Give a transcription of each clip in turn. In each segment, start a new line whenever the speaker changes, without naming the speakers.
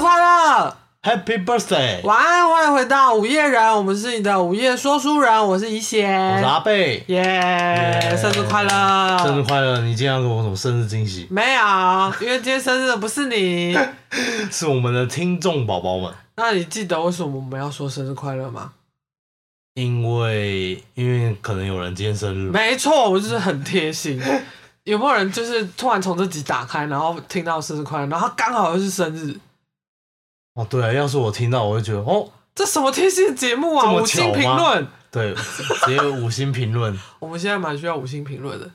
快乐！
Happy birthday！
晚安，欢迎回到午夜人，我们是你的午夜说书人，我是怡
我是
贤，
阿贝，
耶生日快乐！
生日快乐！你今天要给我什么生日惊喜？
没有，啊因为今天生日的不是你。
是我们的听众宝宝们，
那你记得为什么我们要说生日快乐吗？
因为因为可能有人今天生日，
没错，我就是很贴心。有没有人就是突然从这集打开，然后听到生日快乐，然后刚好又是生日，
哦对啊，要是我听到，我就觉得哦，
这什么贴心的节目啊？
这么
五星
巧
评
吗
论，
对，直接五星评论，
我们现在蛮需要五星评论的。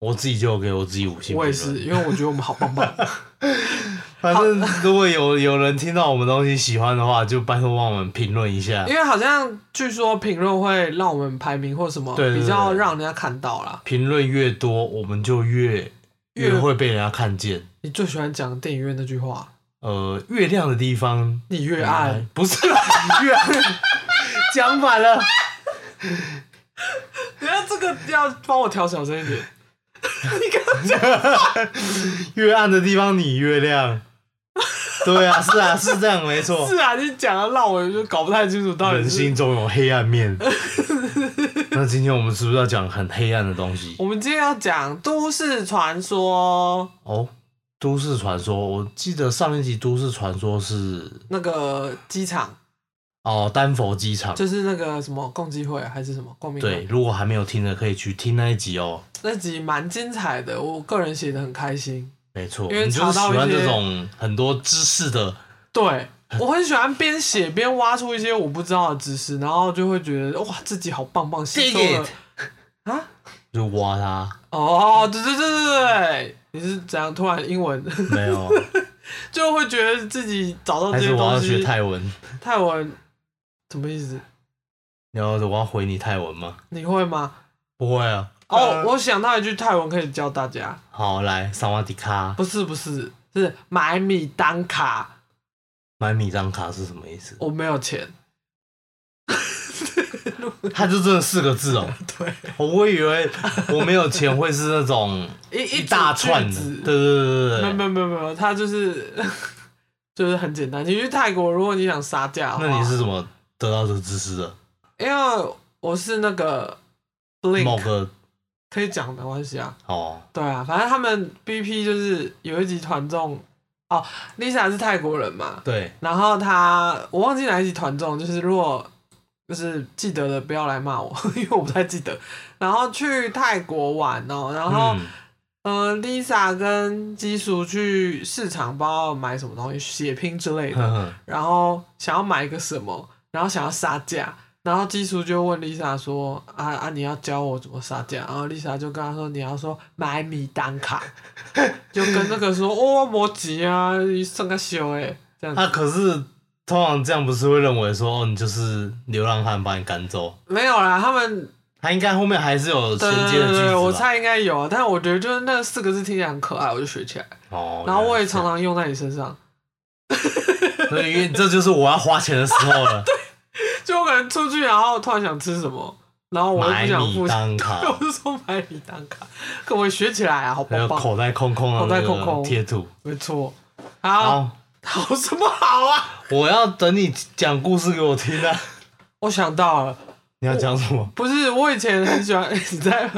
我
我自己就有给我自己五星评论。
也是，因为我觉得我们好棒棒。
反正如果有有人听到我们东西喜欢的话，就拜托帮我们评论一下
因，为好像据说评论会让我们排名或什么
对对对
比较让人家看到啦。
评论越多，我们就越
越
越会被人家看见。
你最喜欢讲电影院那句话，
呃，月亮的地方
你越爱，
不是啦，越暗，讲反了。
等一下这个要帮我调小声一点。你刚讲
越暗的地方你月亮。对啊，是啊，是这样，没错。
是啊，你讲的让我就搞不太清楚到底
人
是。
心中有黑暗面。
啊
那今天我们是不是要讲很黑暗的东西？
我们今天要讲都市传说，
哦，都市传说，我记得上一集都市传说是
那个机场
哦丹佛机场。
就是那个什么共济会还是什么共鸣
对，
会，
如果还没有听的，可以去听那一集哦。
那集蛮精彩的，我个人写的很开心。
没错，
因为
你就
查
是
到
喜欢
一些
这种很多知识的，
对，我很喜欢边写边挖出一些我不知道的知识，然后就会觉得哇，自己好棒棒，吸收
Dig
了啊！
就挖它。
哦，对对对对对，你是怎样突然英文
没 有，
就会觉得自己找到
还
这
是
些
我要
东
学
西？
泰文？
泰文什么意思？
你要我要回你泰文吗？
你会吗？
不会啊。
哦，我想到一句泰文可以教大家，
好，来萨瓦迪卡，
不是不是，是买米当卡，
买米张卡是什么意思？
我没有钱。
它就真的四个字哦。
对，
我以为我没有钱会是那种
一
一大
组句
串的，
子
对对对
没有没有
对对。
没有没有，他就是就是很简单。你去泰国，如果你想杀价的话，
那你是怎么得到这个知识的？
因为我是那个 Blink
某个
可以讲没关系啊。
哦，
对啊，反正他们 BP 就是有一集团众哦，Lisa 是泰国人嘛，
对，
然后他我忘记哪一集团众，就是如果就是记得的不要来骂我，因为我不太记得。然后去泰国玩哦，然后、
嗯，
呃，Lisa 跟基叔去市场，不知道买什么东西，血拼之类的。
哼哼
然后想要买一个什么，然后想要杀价，然后基叔就问 Lisa 说：“啊啊，你要教我怎么杀价？”然后 Lisa 就跟他说：“你要说买米单 卡，就跟那个说哦，没急啊，你算个小诶，这样子。
那啊可是通常这样不是会认为说，哦，你就是流浪汉把你赶走？
没有啦，他们
他应该后面还是有衔
对对
接的句
对，
子吧？
我猜应该有啊，但是我觉得就是那四个字听起来很可爱，我就学起来，
哦，
然后我
原
也
来是这
常
样，
常用在你身上，
所以因为这就是我要花钱的时候了，
就我可能出去，然后突然想吃什么，然后我又
买
不想
米
付钱，
当卡，
我就说买米单卡，可我学起来啊，好
还有
棒棒。
口袋空空
口
的
袋
那
空空
个贴图。
没错。
好
好，，好什么好啊？
我要等你讲故事给我听 啊！
我想到了，
你要讲什么？
不是我以前很喜欢 你在，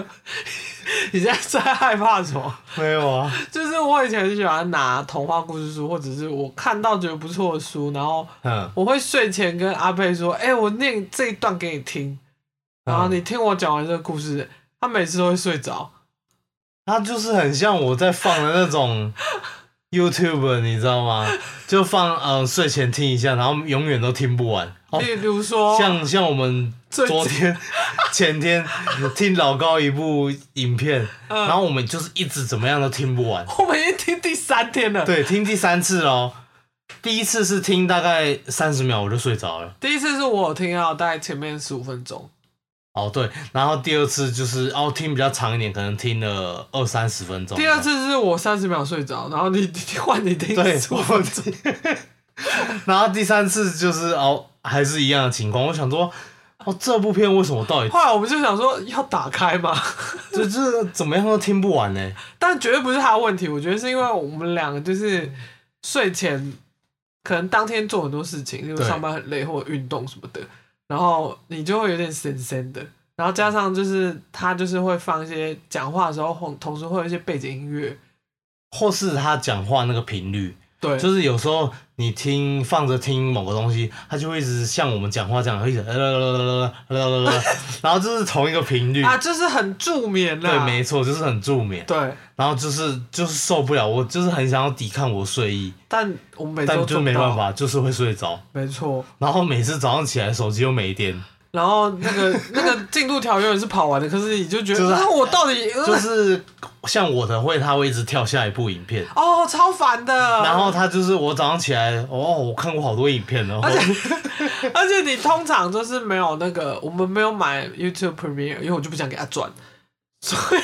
你在在害怕什么？
没有啊，
就是我以前很喜欢拿童话故事书，或者是我看到觉得不错的书，然后
嗯，
我会睡前跟阿佩说：“哎、我念这一段给你
嗯
听，然后你听我讲完这个故事。”他每次都会睡着，
它就是很像我在放的那 种 YouTube，你知道吗？就放嗯睡前听一下，然后永远都听不完。哦，
例如说，
像像我们
最
昨天、前天听老高一部影片，
嗯
然后我们就是一直怎么样都听不完。
我们已经听第三天了，
对，听第三次哦。第一次是听大概三十秒我就睡着了。
第一次是我有听到大概前面十五分钟，
哦，对，然后第二次就是哦，听比较长一点，可能听了二三十分钟。
第二次是我三十秒睡着，然后你 你换你听
对，
15
我听。 然后第三次就是哦，还是一样的情况。我想说，哦，这部片为什么到底
后来我们就想说要打开嘛，
就是怎么样都听不完呢？
但绝对不是他的问题，我觉得是因为我们两个就是睡前可能当天做很多事情，例如
对
上班很累或者运动什么的，然后你就会有点神神的。然后加上就是他就是会放一些讲话的时候，同同时会有一些背景音乐，
或是他讲话那个频率，
对，
就是有时候你听放着听某个东西，他就会一直像我们讲话这样，一直然后就是同一个频率。
啊，就是很助眠啦。
对，没错，就是很助眠，
对，
然后就是就是受不了，我就是很想要抵抗我睡意，
但我们每周
但
做
就
不
没
到
办，法，就是会睡着，
没错。
然后每次早上起来手机又没电，
然后那 个那个进度条永远是跑完的，可是你就觉得，
就是
啊我到底、呃
就是像我的会，他会一直跳下一部影片，
哦超烦的。
然后他就是我早上起来，哦，我看过好多影片哦，
而且你通常就是没有那个，我们没有买 YouTube Premiere，因为我就不想给他转，所以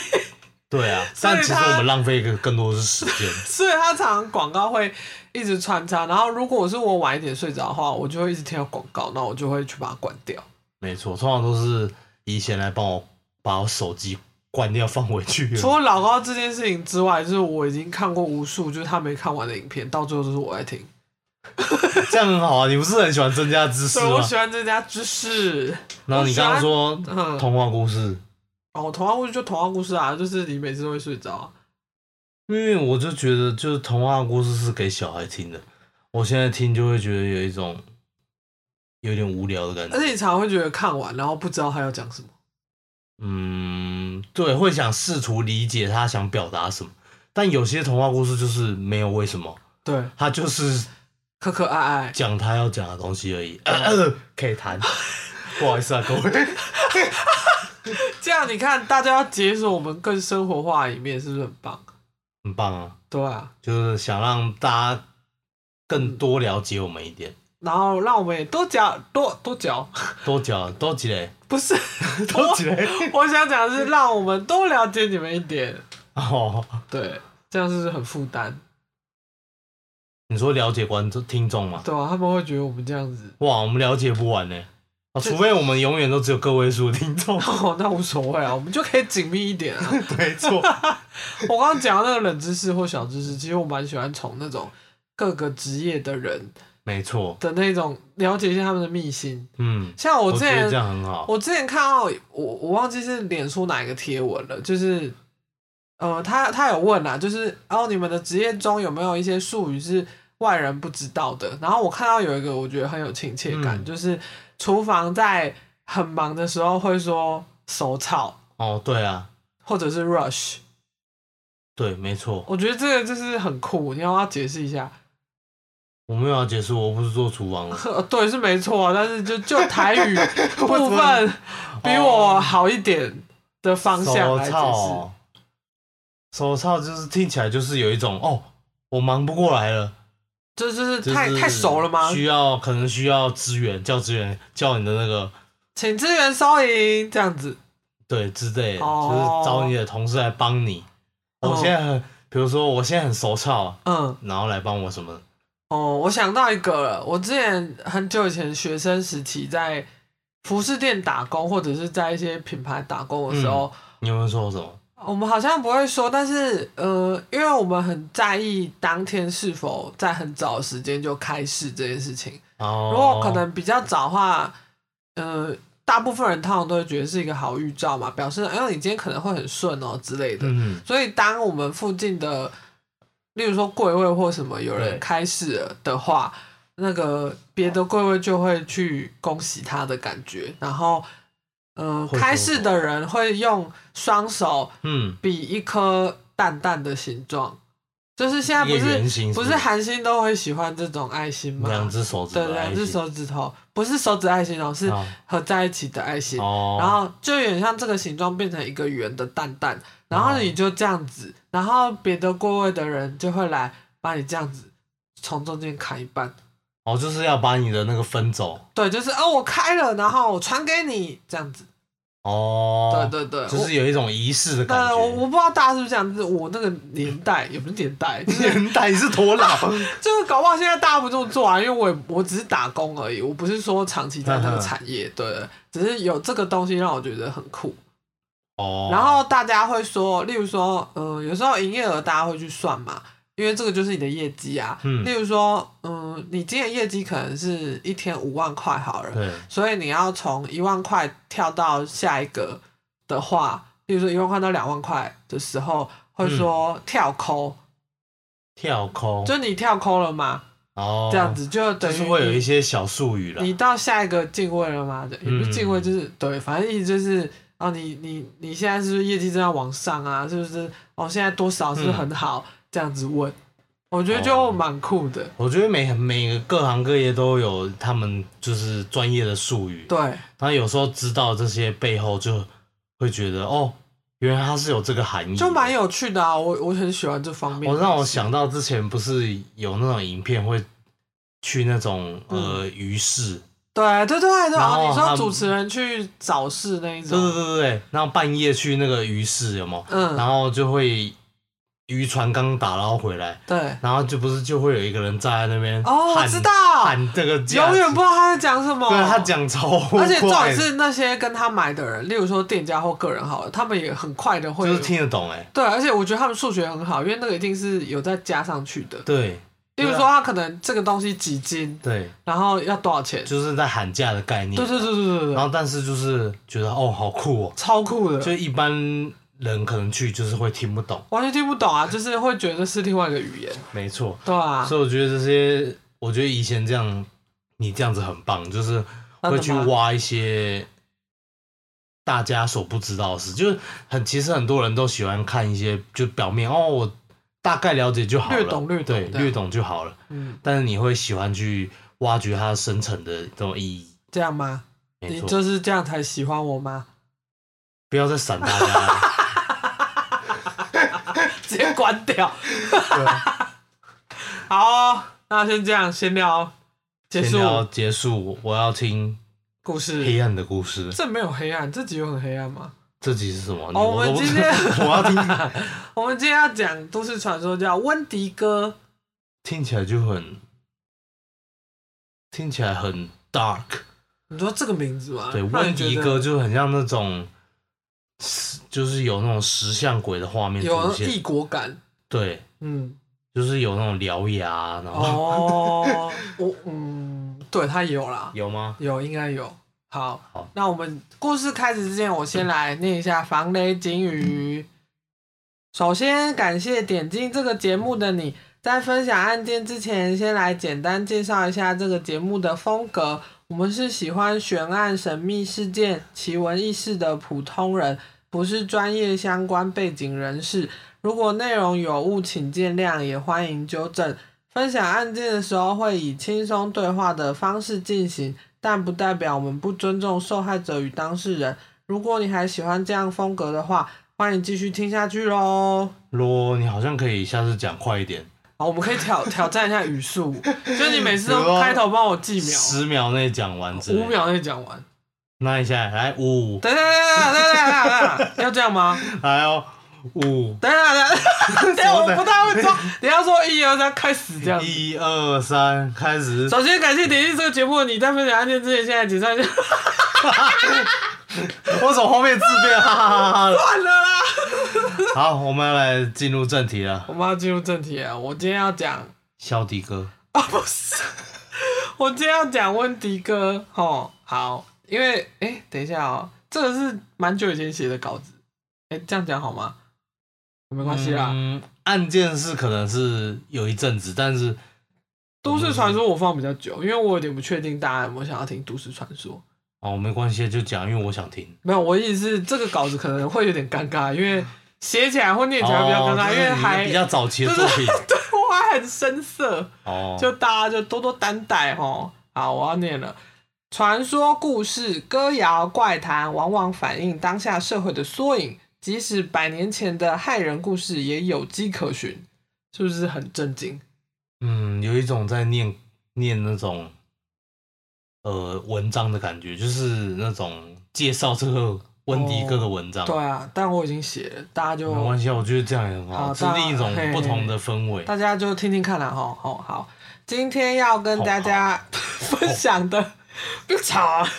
对啊，
所以
但其实
他
我们浪费更更多的是时间，
所以他常常广告会一直穿插。然后如果我是我晚一点睡着的话，我就会一直听到广告，那我就会去把它关掉。
没错，通常都是以前来帮我把我手机关掉放回去了，
除了老高这件事情之外，就是我已经看过无数就是他没看完的影片，到最后都是我在听。
这样很好啊，你不是很喜欢增加知识
所以我
吗？
喜欢增加知识。
然后你刚刚说
嗯，
童话故事，
哦，童话故事就童话故事啊，就是你每次都会睡着啊。
因为我就觉得就是童话故事是给小孩听的，我现在听就会觉得有一种有点无聊的感觉
而。且你常常会觉得看完然后不知道他要讲什么。
嗯，对，会想试图理解他想表达什么，但有些童话故事就是没有为什么，
对，
他就是
可可爱爱。
讲他要讲的东西而已。 可以 谈，不好意思啊，各位。
这样你看，大家要解锁我们更生活化的一面，是不是很棒？
很棒啊，
对啊，
就是想让大家更多了解我们一点，
然后让我们也多讲多多讲，
多讲多积累，
不 是
多积累。
我想讲的是让我们多了解你们一点。
哦，
对，这样是不是很负担？
你说了解观众听众嘛？
对啊，他们会觉得我们这样子，
哇，我们了解不完呢、啊，除非我们永远都只有个位数的听 众。
哦，那无所谓啊，我们就可以紧密一点啊。
没错，
我刚刚讲的那个冷知识或小知识，其实我蛮喜欢从那种各个职业的人
没错。
的那种了解一下他们的秘辛。
嗯，
像我
我
之
觉得这
前，
样很好。
我之前看到我我忘记是脸书哪一个贴文了，就是呃，他他有问啦，就是哦，你们的职业中有没有一些术语是外人不知道的？然后我看到有一个我觉得很有亲切感，
嗯
就是厨房在很忙的时候会说手炒
哦，对啊，
或者是 rush。
对，没错。
我觉得这个就是很酷，你要不要解释一下？
我没有要解释，我不是做厨房的。
呃对，是没错啊，但是就就台 语部
怎么
分比我好一点的方向
手
来解释。
操，手操就是听起来就是有一种哦，我忙不过来了，
这就是
就是
太太熟了吗？
需要可能需要支援，叫支援，叫你的那个
请支援收银这样子。
对之类的，
哦
就是找你的同事来帮你。
哦
我现在很，比如说我现在很手操，
嗯，
然后来帮我什么的？
哦，我想到一个了，我之前很久以前学生时期在服饰店打工，或者是在一些品牌打工的时候，
你有没有说我什么？
我们好像不会说，但是呃，因为我们很在意当天是否在很早的时间就开市这件事情。
哦，
如果可能比较早的话，呃，大部分人通常都会觉得是一个好预兆嘛，表示哎、你今天可能会很顺哦之类的。
嗯，
所以当我们附近的，例如说柜位或什么有人
对
开始了的话，那个别的柜位就会去恭喜他的感觉，然后。嗯、
会
开
说
市
什
的
么
人会用双手
嗯，
比一颗蛋蛋的形状，就是现在不
一个
是
圆形
不
不
是韩星都会喜欢这种爱心吗？
两只手指
对，
的
两
爱
只
心，
手指头，不是手指爱心哦，是
啊
合在一起的爱心。
哦，
然后就有点像这个形状变成一个圆的蛋蛋，然后
哦
你就这样子，然后别的过位的人就会来把你这样子从中间砍一半。
哦，就是要把你的那个分走
对，就是哦，我开了，然后我传给你这样子。
哦
对，对对，
就
我
是有一种仪式的感
但
觉。
我 我不知道大家是不是这样子，我那个年代也不是年代，就是
年代是 多老？
就是搞不好现在大家不这么做啊，因为我也我只是打工而已，我不是说长期在那个产业，对，只是有这个东西让我觉得很酷。呃
哦，
然后大家会说，例如说，嗯、有时候营业额大家会去算嘛，因为这个就是你的业绩啊。
嗯
例如说，嗯，你今年业绩可能是一天五万块好了，
对，
所以你要从一万块跳到下一个的话，例如说一万块到两万块的时候，会
嗯
说跳
哦
抠，
跳空
就你跳抠了嘛，
哦，
这样子就
就
等于
是会有
你
一些小术语啦。
你到下一个进位了吗？
嗯
也不是进位，就是、对，反正意思就是哦，你你你现在是不是业绩正在往上啊？是不是？哦，现在多少是不是很好？这样子问，我觉得就
哦
蛮酷的。
我觉得每每个各行各业都有他们就是专业的术语，
对
然后有时候知道这些背后就会觉得哦，原来它是有这个含义的，
就蛮有趣的啊，我我很喜欢这方面。
我哦让我想到之前不是有那种影片会去那种呃
嗯
鱼市，
对对对对，
然后
哦，你
他
说
们
主持人去早市那一
对对
种，
对对对，然后半夜去那个鱼市有没有？然
啊嗯，
后就会渔船刚打捞回来，
对，
然后就不是就会有一个人站在那边
哦，我
喊
知道，
喊这个价
永远
值
不知道他在讲什么。
对他。讲超快，
而且重点是那些跟他买的人，例如说店家或个人好了，他们也很快的会
就是听得懂哎，
对，而且我觉得他们数学很好，因为那个一定是有再加上去的。
对啊
例如说，他可能这个东西几斤，
对，
然后要多少钱？
就是在喊价的概念，
对对对对对对，
然后但是就是觉得哦好酷哦，
超酷的，
就一般人可能去就是会听不懂，
完全听不懂啊，就是会觉得是另外一个语言，
没错，
对啊，
所以我觉得这些，我觉得以前这样，你这样子很棒，就是会去
真的吗
挖一些大家所不知道的事，就是很其实很多人都喜欢看一些就表面哦，我大概了解就好了，
略懂略懂
对，
这样
略懂就好了。
嗯，
但是你会喜欢去挖掘它深层的这种意义，
这样吗？
没
你
错，
就是这样才喜欢我吗？
不要再闪大家了。
直接关掉。
啊
好哦，那先这样，先聊， 结
先
束嗯
要结束，我要听
故事。
黑暗的故事。
这没有黑暗，这集有很黑暗吗？
这集是什么？你
哦
我都
我们
不
今
知道 我要听，
我们今天要讲都市传说，叫温迪哥。
听起来就很，听起来很 dark。
你说这个名字吗？
对，
呃让
问
你觉
迪
得
哥就很像那种，就是有那种石像鬼的画面
有啊
出
那种
现。
异国感。
对，
嗯，
就是有那种獠牙，然后、
哦， 我嗯，对他有啦，
有吗？
有应该有。好，
好
那我们故事开始之前，我先来念一下防雷警语。首先，感谢点进这个节目的你。在分享案件之前，先来简单介绍一下这个节目的风格。我们是喜欢悬案、神秘事件、奇闻异事的普通人，不是专业相关背景人士。如果内容有误，请见谅，也欢迎纠正。分享案件的时候会以轻松对话的方式进行，但不代表我们不尊重受害者与当事人。如果你还喜欢这样风格的话，欢迎继续听下去喽。
罗，你好像可以下次讲快一点，
好，我们可以挑挑战一下语速，就是你每次
有
都
啊
开头帮我记秒，
十秒内讲完之类
五。秒内讲完。
那一下来 五，
等等等等等等等等等，要这样吗？
来哦，五
等等等等等等，我不太会抓。你要说一二三，开始这样子。
一二三，开始。
首先感谢点进这个节目的你，在分享案件之前，先来介 绍一下。
我从后面自变，哈哈 哈哈了。
算了啦，
好，我们要来进入正题了，
我们要进入正题啊！我今天要讲
肖迪哥。
啊，不是，我今天要讲温迪哥哦。好，因为哎、诶等一下哦，这个是蛮久以前写的稿子，哎、这样讲好吗？没关系啦，
嗯，案件是可能是有一阵子，但是
都市传说我放比较久，因为我有点不确定大家有没有想要听都市传说。
哦没关系，就讲，因为我想听。
没有，我意思是这个稿子可能会有点尴尬，因为写起来或念起来比较尴尬，
哦
因
这是
为
你
还
比较早期的作品
对我还很生涩。
哦，
就大家就多多担待吼。好，我要念了。传说、故事、歌谣、怪谈，往往反映当下社会的缩影。即使百年前的害人故事，也有迹可循，是不是很震惊？
嗯，有一种在念念那种呃文章的感觉，就是那种介绍这个温迪哥的文章。
对啊，但我已经写了，大家就
没关系啊，我觉得这样也很好，
好
是
大
另一种
嘿
不同的氛围。
大家就听听看啦，吼吼好。今天要跟大家 分享的，不要吵啊！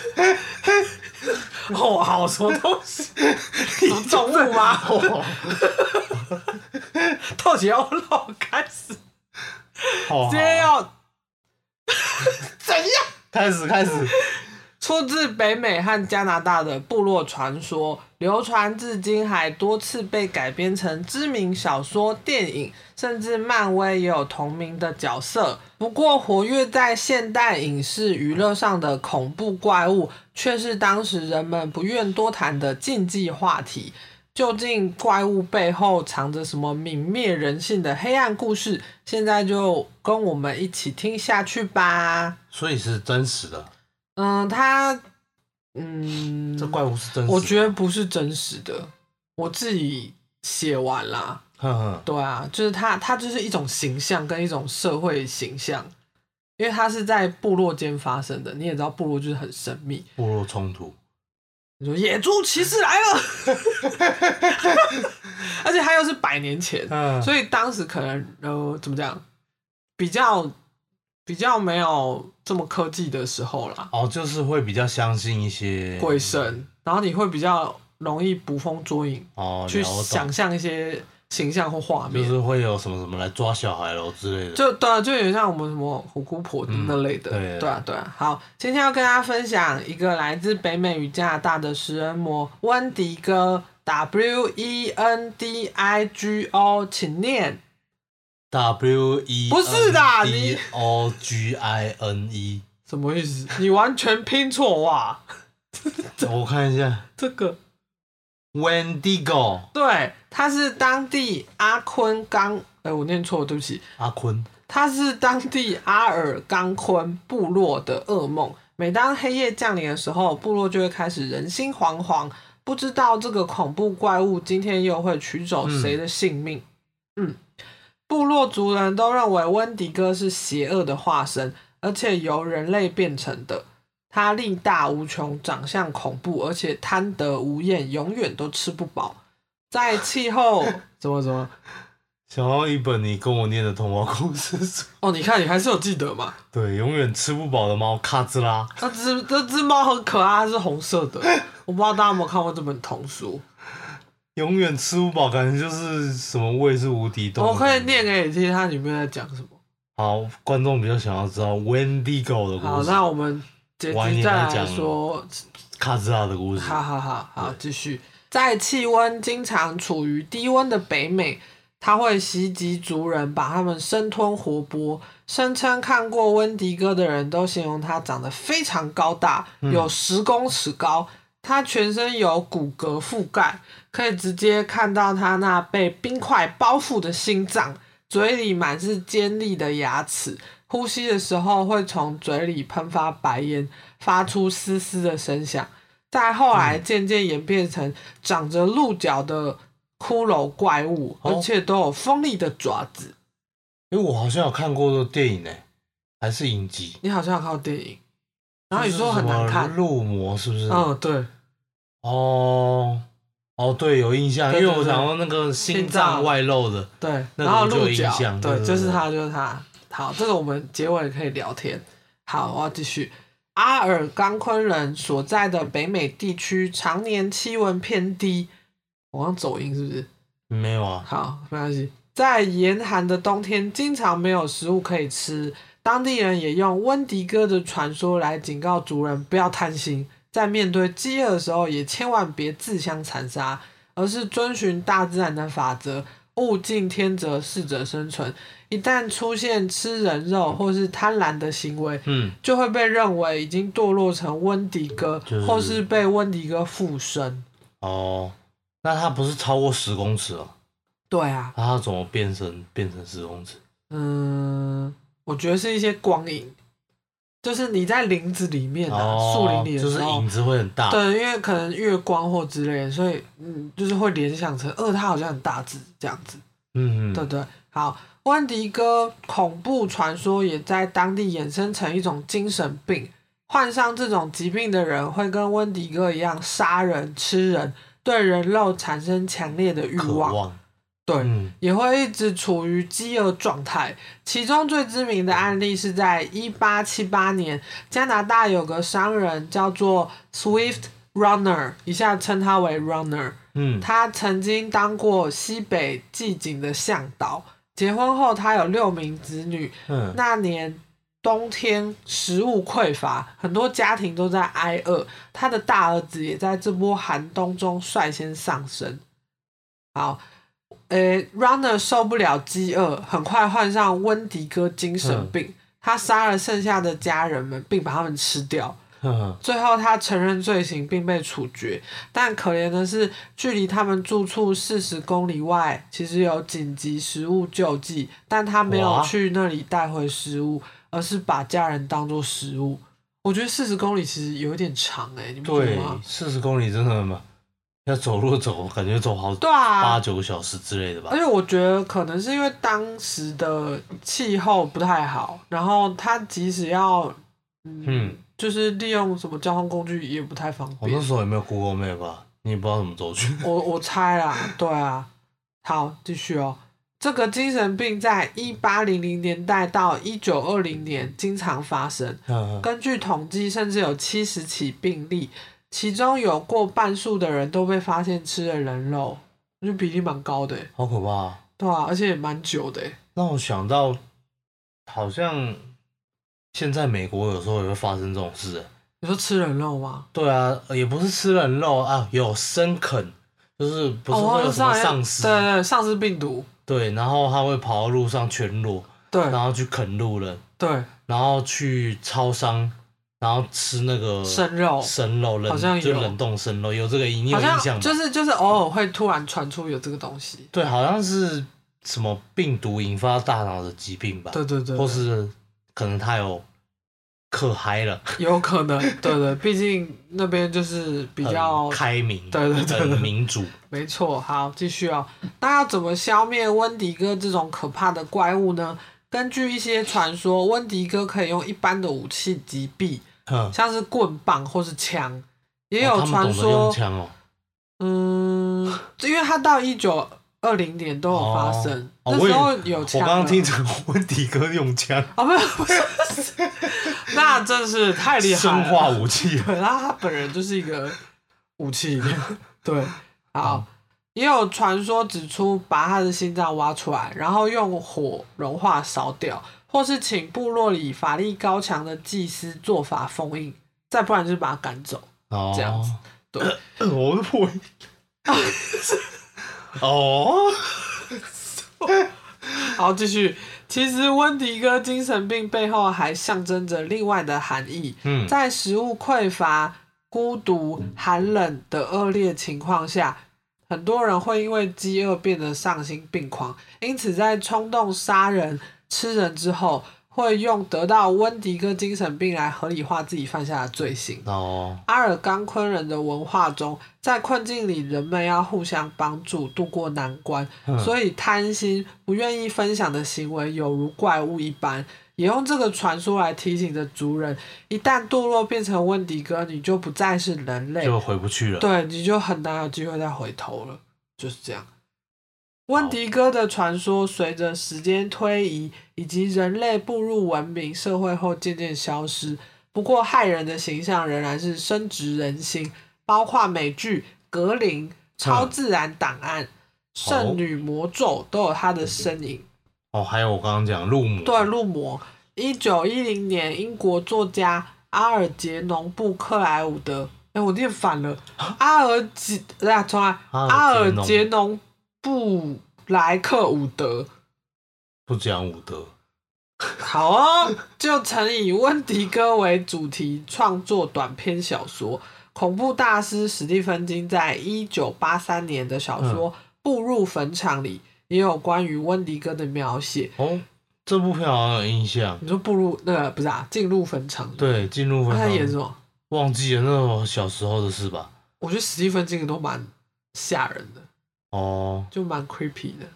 吼好什么东 西？什 么动物吗？到底要绕开始？
哦
今天要
怎样？开始开始，
出自北美和加拿大的部落传说，流传至今，还多次被改编成知名小说、电影，甚至漫威也有同名的角色。不过，活跃在现代影视娱乐上的恐怖怪物，却是当时人们不愿多谈的禁忌话题。究竟怪物背后藏着什么泯灭人性的黑暗故事？现在就跟我们一起听下去吧。
所以是真实的，
嗯，他，嗯，
这怪物是真实的。
我觉得不是真实的，我自己写完啦。
哼哼，
对啊，就是他，他就是一种形象跟一种社会形象，因为他是在部落间发生的。你也知道，部落就是很神秘。
部落冲突，
你说野猪骑士来了， 而且他又是百年前，
嗯，
所以当时可能呃怎么讲，比较比较没有这么科技的时候啦。
哦，就是会比较相信一些
鬼神，然后你会比较容易捕风捉影，
哦，
去
了懂
想象一些形象或画
就
面。
是会有什么什么来抓小孩喽之类的。
就对啊，就有点像我们什么虎姑婆那类的，
嗯对
对啊，对啊。好，今天要跟大家分享一个来自北美与加拿大的食人魔温迪哥 （W E N D I G O），请念。
W E
不是的你
D O G I N E，
什么意 思？你完全拼错哇！
我看一下
这个
，Wendigo
对，他是当地阿昆刚，哎、我念错了，对不起。
阿坤，
他是当地阿尔冈昆部落的噩梦。每当黑夜降临的时候，部落就会开始人心惶惶，不知道这个恐怖怪物今天又会取走谁的性命。嗯部落族人都认为温迪哥是邪恶的化身，而且由人类变成的。他力大无穷，长相恐怖，而且贪得无厌，永远都吃不饱。在气 候怎么怎么
想要一本你跟我念的童话故事书，
哦？你看，你还是有记得嘛？
对，永远吃不饱的猫卡兹拉，
那只这只猫很可爱，它是红色 的。我不知道大家有没有看过这本童书，
永远吃不饱，感觉就是什么胃是无底洞。
我可以。哦念给你听，它里面在讲什么。
好，观众比较想要知道 Wendigo 的
好，
故
那
事，
我们接
晚一
着再
点再
来
讲
说
卡兹拉的故事。
好好好好，继续。在气温经常处于低温的北美，它会袭击族人，把他们生吞活剥。声称看过温迪哥的人都形容他长得非常高大，
嗯
有十公尺高。他全身有骨骼覆盖，可以直接看到他那被冰块包覆的心脏，嘴里满是尖利的牙齿，呼吸的时候会从嘴里喷发白烟，发出嘶嘶的声响。再后来渐渐演变成长着鹿角的骷髅怪物，
哦
而且都有锋利的爪子。
因为我好像有看过的电影呢、还是影集。
你好像有看过电影，然后你
就是
说很难
什么
看，
入魔是不是？
嗯，对，
哦，哦，对，有印象，
对
因
对
为我想到那个心脏外露的，
对，
那
然后
个就有
鹿角
印，象
对，
对对
就是
对
他，就是他。好，这个我们结尾可以聊天。好，我要继续。阿尔冈昆人所在的北美地区常年气温偏低，我刚走音是不是？
没有啊？
好，没关系。在严寒的冬天，经常没有食物可以吃，当地人也用温迪哥的传说来警告族人不要贪心，在面对饥饿的时候，也千万别自相残杀，而是遵循大自然的法则，物竞天择，适者生存。一旦出现吃人肉或是贪婪的行为，
嗯，
就会被认为已经堕落成温迪哥，
就是
或是被温迪哥附身。
哦，那它不是超过十公尺哦？
对啊，
那它怎么变身变成十公尺？
嗯，我觉得是一些光影，就是你在林子里面啊，树
哦，
林里的
就是
时候，
影子会很大。
对，因为可能月光或之类的，所以嗯，就是会联想成，呃，它好像很大只这样子，
嗯，
对
嗯，
不对？好，温迪哥恐怖传说也在当地衍生成一种精神病，患上这种疾病的人会跟温迪哥一样杀人、吃人，对人肉产生强烈的欲
渴
望，
望，
对。
嗯，
也会一直处于饥饿状态。其中最知名的案例是在一八七八年，加拿大有个商人叫做 Swift Runner，以下称他为 Runner。
嗯，
他曾经当过西北季警的向导，结婚后他有六名子女，
嗯，
那年冬天食物匮乏，很多家庭都在挨饿。他的大儿子也在这波寒冬中率先上升。好，呃、r u n n e r 受不了饥饿，很快患上温迪哥精神病。他杀了剩下的家人们，并把他们吃掉。
嗯
最后，他承认罪行并被处决。但可怜的是，距离他们住处四十公里外，其实有紧急食物救济，但他没有
哇
去那里带回食物，而是把家人当做食物。我觉得四十公里其实有点长哎、你不觉
对
得吗？，
四十公里真的嘛，要走路走，感觉走好
对
八
啊，
九个小时之类的吧
而。且我觉得可能是因为当时的气候不太好，然后他即使要
嗯，
就是利用什么交通工具也不太方
我
便
那。时候也没有 Google Map 啊，你也不知道怎么走去。
我我猜啦，对啊。好，继续哦。这个精神病在一八零零年代到一九二零年经常发生，
嗯嗯
根据统计，甚至有七十起病例，其中有过半数的人都被发现吃了人肉，我觉得比例蛮高的耶，欸
好可怕、啊。
对啊，而且也蛮久的欸耶。
让我想到，好像现在美国有时候也会发生这种事、欸。
你说吃人肉吗？
对啊，也不是吃人肉啊，有生啃，就是不是
哦，
会
我
有
知
什
道
么丧尸、
对对对，丧尸病毒，
对，然后他会跑到路上全裸，
对
然后去啃路人，
对，
然后去超商，然后吃那个
生肉，
生肉，冷
好像
就
有
冷冻生肉，有这个你有
好
印象
像
吗？
就是就是偶尔会突然传出有这个东西，
对，好像是什么病毒引发大脑的疾病吧，
对对对对
或是可能他有嗑嗨了。
有可能，对对，毕竟那边就是比较
很，开明，
对对对对
很民主，
没错。好，继续哦。那要怎么消灭温迪哥这种可怕的怪物呢？根据一些传说，温迪哥可以用一般的武器击毙，
嗯，
像是棍棒或是枪。也
也
有
哦他
传
们懂得用
说，
枪哦，
嗯，因为他到一九二零年都有发生，
哦哦
那时候
我
有
我
枪了。啊
刚刚听成温迪哥用枪，
哦，没有， 不是，那真是太厉害
生
了。
化武器，
对，然后他本人就是一个武器，对，好，也有传说指出把他的心脏挖出来，然后用火融化烧掉，或是请部落里法力高强的祭司做法封印，再不然就是把他赶走。
哦，
这样子，对，
呃 我的破音，哦，
好，继续。其实温迪哥精神病背后还象征着另外的含义，
嗯，
在食物匮乏、孤独、寒冷的恶劣情况下，很多人会因为饥饿变得丧心病狂，因此在冲动杀人、吃人之后，会用得到温迪哥精神病来合理化自己犯下的罪行。
哦，
阿尔冈昆人的文化中，在困境里，人们要互相帮助渡过难关，
嗯
所以贪心、不愿意分享的行为有如怪物一般。也用这个传说来提醒着族人：一旦堕落变成温迪哥，你就不再是人类，
就回不去了，
对，你就很难有机会再回头了。就是这样。温迪哥的传说随着时间推移，以及人类步入文明社会后渐渐消失。不过，害人的形象仍然是深植人心，包括美剧《格林》《超自然档案》圣女魔咒》都有他的身影。
哦，还有我刚刚讲入母，
对，入魔。一九一零年，英国作家阿尔杰农布克莱伍德，哎、我念反了，阿尔杰，对啊，重来，阿
阿尔
尔杰
杰农
农布莱克伍德。
不讲武德，
好哦， 就曾以温迪哥为主题创作短篇小说。恐怖大师史蒂芬金在一九八三年的小说《步入坟场》里也有关于温迪哥的描写。
哦，这部片好像有印象，
你说步入那个不是啊，进入坟场。
对，进入
他
分
在演什
场，
么？
忘记了那种小时候的事吧，
我觉得史蒂芬金的都蛮吓人的，
哦，
就蛮 creepy 的。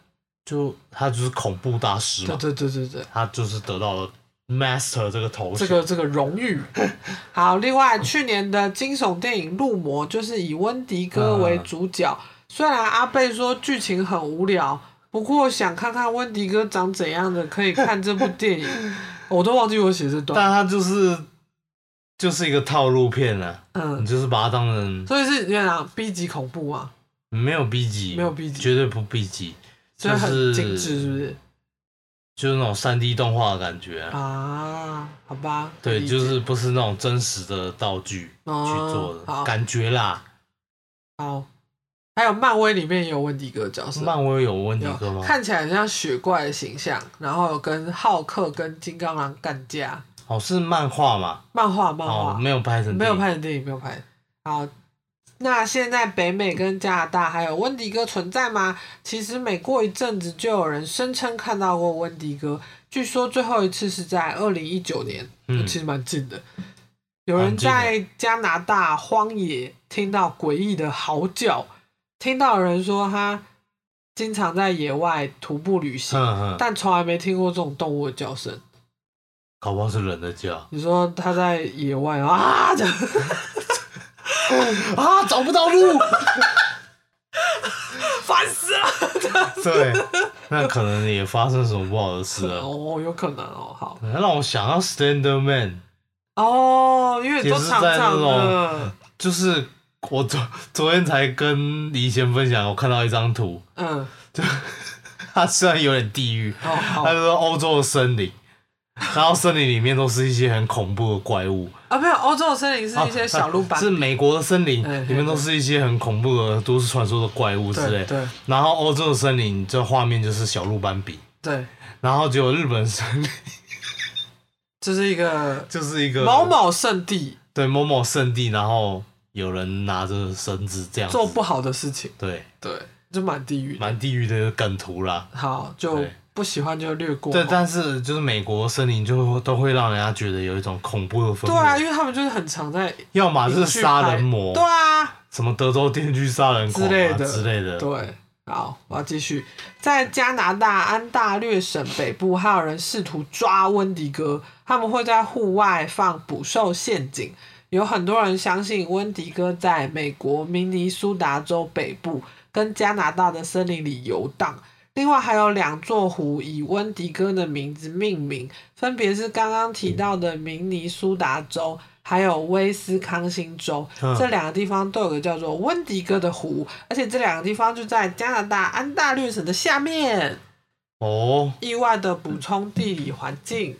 就他就是恐怖大师嘛
对，对对对对，
他就是得到了 master 这个头衔。
这个这个荣誉。 好，另外去年的惊悚电影《入魔》就是以温迪
嗯
哥为主角，虽然阿贝说剧情很无聊，不过想看看温迪哥长怎样的，可以看这部电影。 我都忘记我写这段，
但他就是就是一个套路片啊，
嗯
你，就是把它当成
所以是院长 B 级恐怖啊嘛，
没有 B 级，
没有 B 级
绝对不 B 级，
所以
就
很
是
精致，是不是？
就是那种三 D 动画的感觉啊、
啊，好吧，
对，
理解
就是不是那种真实的道具去做
哦
的
好
感觉啦。
好。还有漫威里面也有温迪哥的角色，
漫威有问题哥
有
吗？
看起来很像雪怪的形象，然后有跟浩克跟金刚狼干架，
哦，是漫画嘛？
漫画漫画、
哦，没有拍成
没有
电影
拍成电影，没有拍。好，那现在北美跟加拿大还有温迪哥存在吗？其实每过一阵子就有人声称看到过温迪哥，据说最后一次是在二零一九年，
嗯
其实蛮近的。有
蛮
人
近的
在加拿大荒野听到诡异的嚎叫，听到有人说他经常在野外徒步旅行，
嗯嗯，
但从来没听过这种动物的叫声。
搞不好是人的叫
你说他在野外啊这样。
啊，找不到路。
烦死了！
对，那可能也发生什么不好的事了。
哦，有可能哦，好
嗯让我想到 Slender Man，
哦，因为你都
也是
长
在那
长
种
的，
就是我昨昨天才跟李贤分享，我看到一张图，
嗯，
它虽然有点地狱，
哦好
它就是欧洲的森林，然后森林里面都是一些很恐怖的怪物，
啊，没有，欧洲的森林是一些
啊
小鹿
啊
斑
是
比，
美国的森林
嗯
里面都是一些很恐怖的都市传说的怪物之类
对，对
然后欧洲的森林这画面就是小鹿斑比，
对，
然后结果日本森林
这是一个
就是一个
某某圣地
对某某圣地，然后有人拿着绳子这样子
做不好的事情，
对，
对，就蛮地狱的。
蛮地狱的梗图啦。
好，就
对
不喜欢就略过。
对，但是就是美国森林就会都会让人家觉得有一种恐怖的氛围，
对啊，因为他们就是很常在呃
要么就是杀人
去拍
魔，
对啊，
什么德州电锯杀人狂、啊、
之类的
之类的，
对，好，我要继续。在加拿大安大略省北部，还有人试图抓温迪哥，他们会在户外放捕兽陷阱。有很多人相信温迪哥在美国明尼苏达州北部跟加拿大的森林里游荡。另外还有两座湖以温迪哥的名字命名，分别是刚刚提到的明尼苏达州，还有威斯康星州。
嗯
这两个地方都有个叫做温迪哥的湖，而且这两个地方就在加拿大安大略省的下面，
哦，
意外的补充地理环境。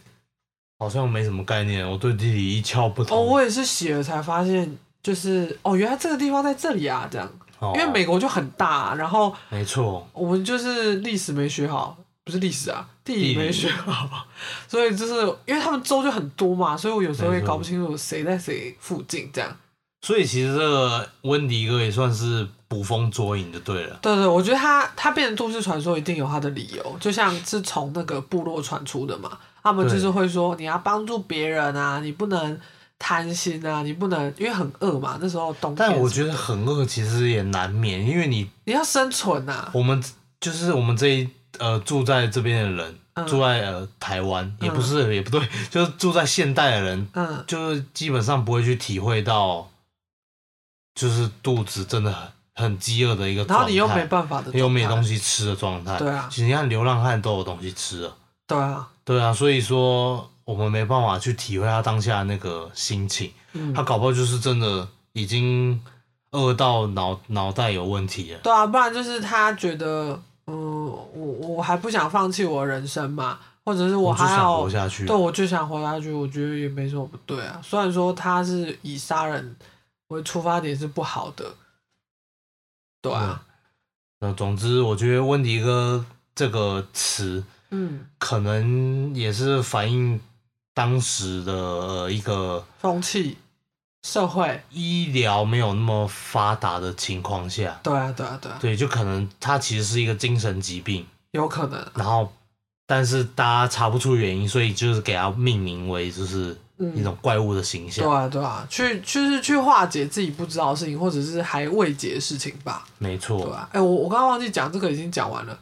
好像没什么概念，我对地理一窍不通。
哦，我也是写了才发现，就是哦，原来这个地方在这里啊，这样，
哦
因为美国就很大、然后
没错，
我们就是历史没学好，不是历史啊，地理没学好，所以就是因为他们州就很多嘛，所以我有时候也
没错
搞不清楚谁在谁附近这样。
所以其实这个温迪哥也算是捕风捉影就对了。
对对，我觉得它它变成都市传说一定有它的理由，就像是从那个部落传出的嘛，他们就是
对
会说你要帮助别人啊，你不能贪心啊，你不能因为很饿嘛，那时候冬天，
但我觉得很饿其实也难免，因为你
你要生存啊呐、
我们就是我们这一呃住在这边的人，
嗯
住在呃台湾也
嗯
不是、也不对， 就是住在现代的人，
嗯，
就是基本上不会去体会到，就是肚子真的很很饥饿的一个
然
状态，
后你又没办法的，
又没东
西，
西吃的状态。
对啊
其实你看流浪汉都有东西吃了，
对啊，
对啊，所以说我们没办法去体会他当下那个心情，
嗯
他，搞不好就是真的已经饿到脑脑袋有问题了。
对啊，不然就是他觉得，嗯，我我还不想放弃我的人生嘛，或者是
我就
还
想
要
活下去，
对，我就想活下去，我觉得也没什么不对啊。虽然说他是以杀人为出发点是不好的，对啊，
那总之，我觉得“温迪哥”这个词
嗯，
可能也是反映当时的呃一个
风气、社会，
医疗没有那么发达的情况下，
对啊，对啊，对啊，
对，就可能它其实是一个精神疾病，
有可能，
然后但是大家查不出原因，所以就是给它命名为就是一种怪物的形
嗯对
象，
啊，对啊，去就是去化解自己不知道的事情，或者是还未解的事情吧，
没
对
错。
啊，哎、我我刚刚忘记讲这个，已经讲完了。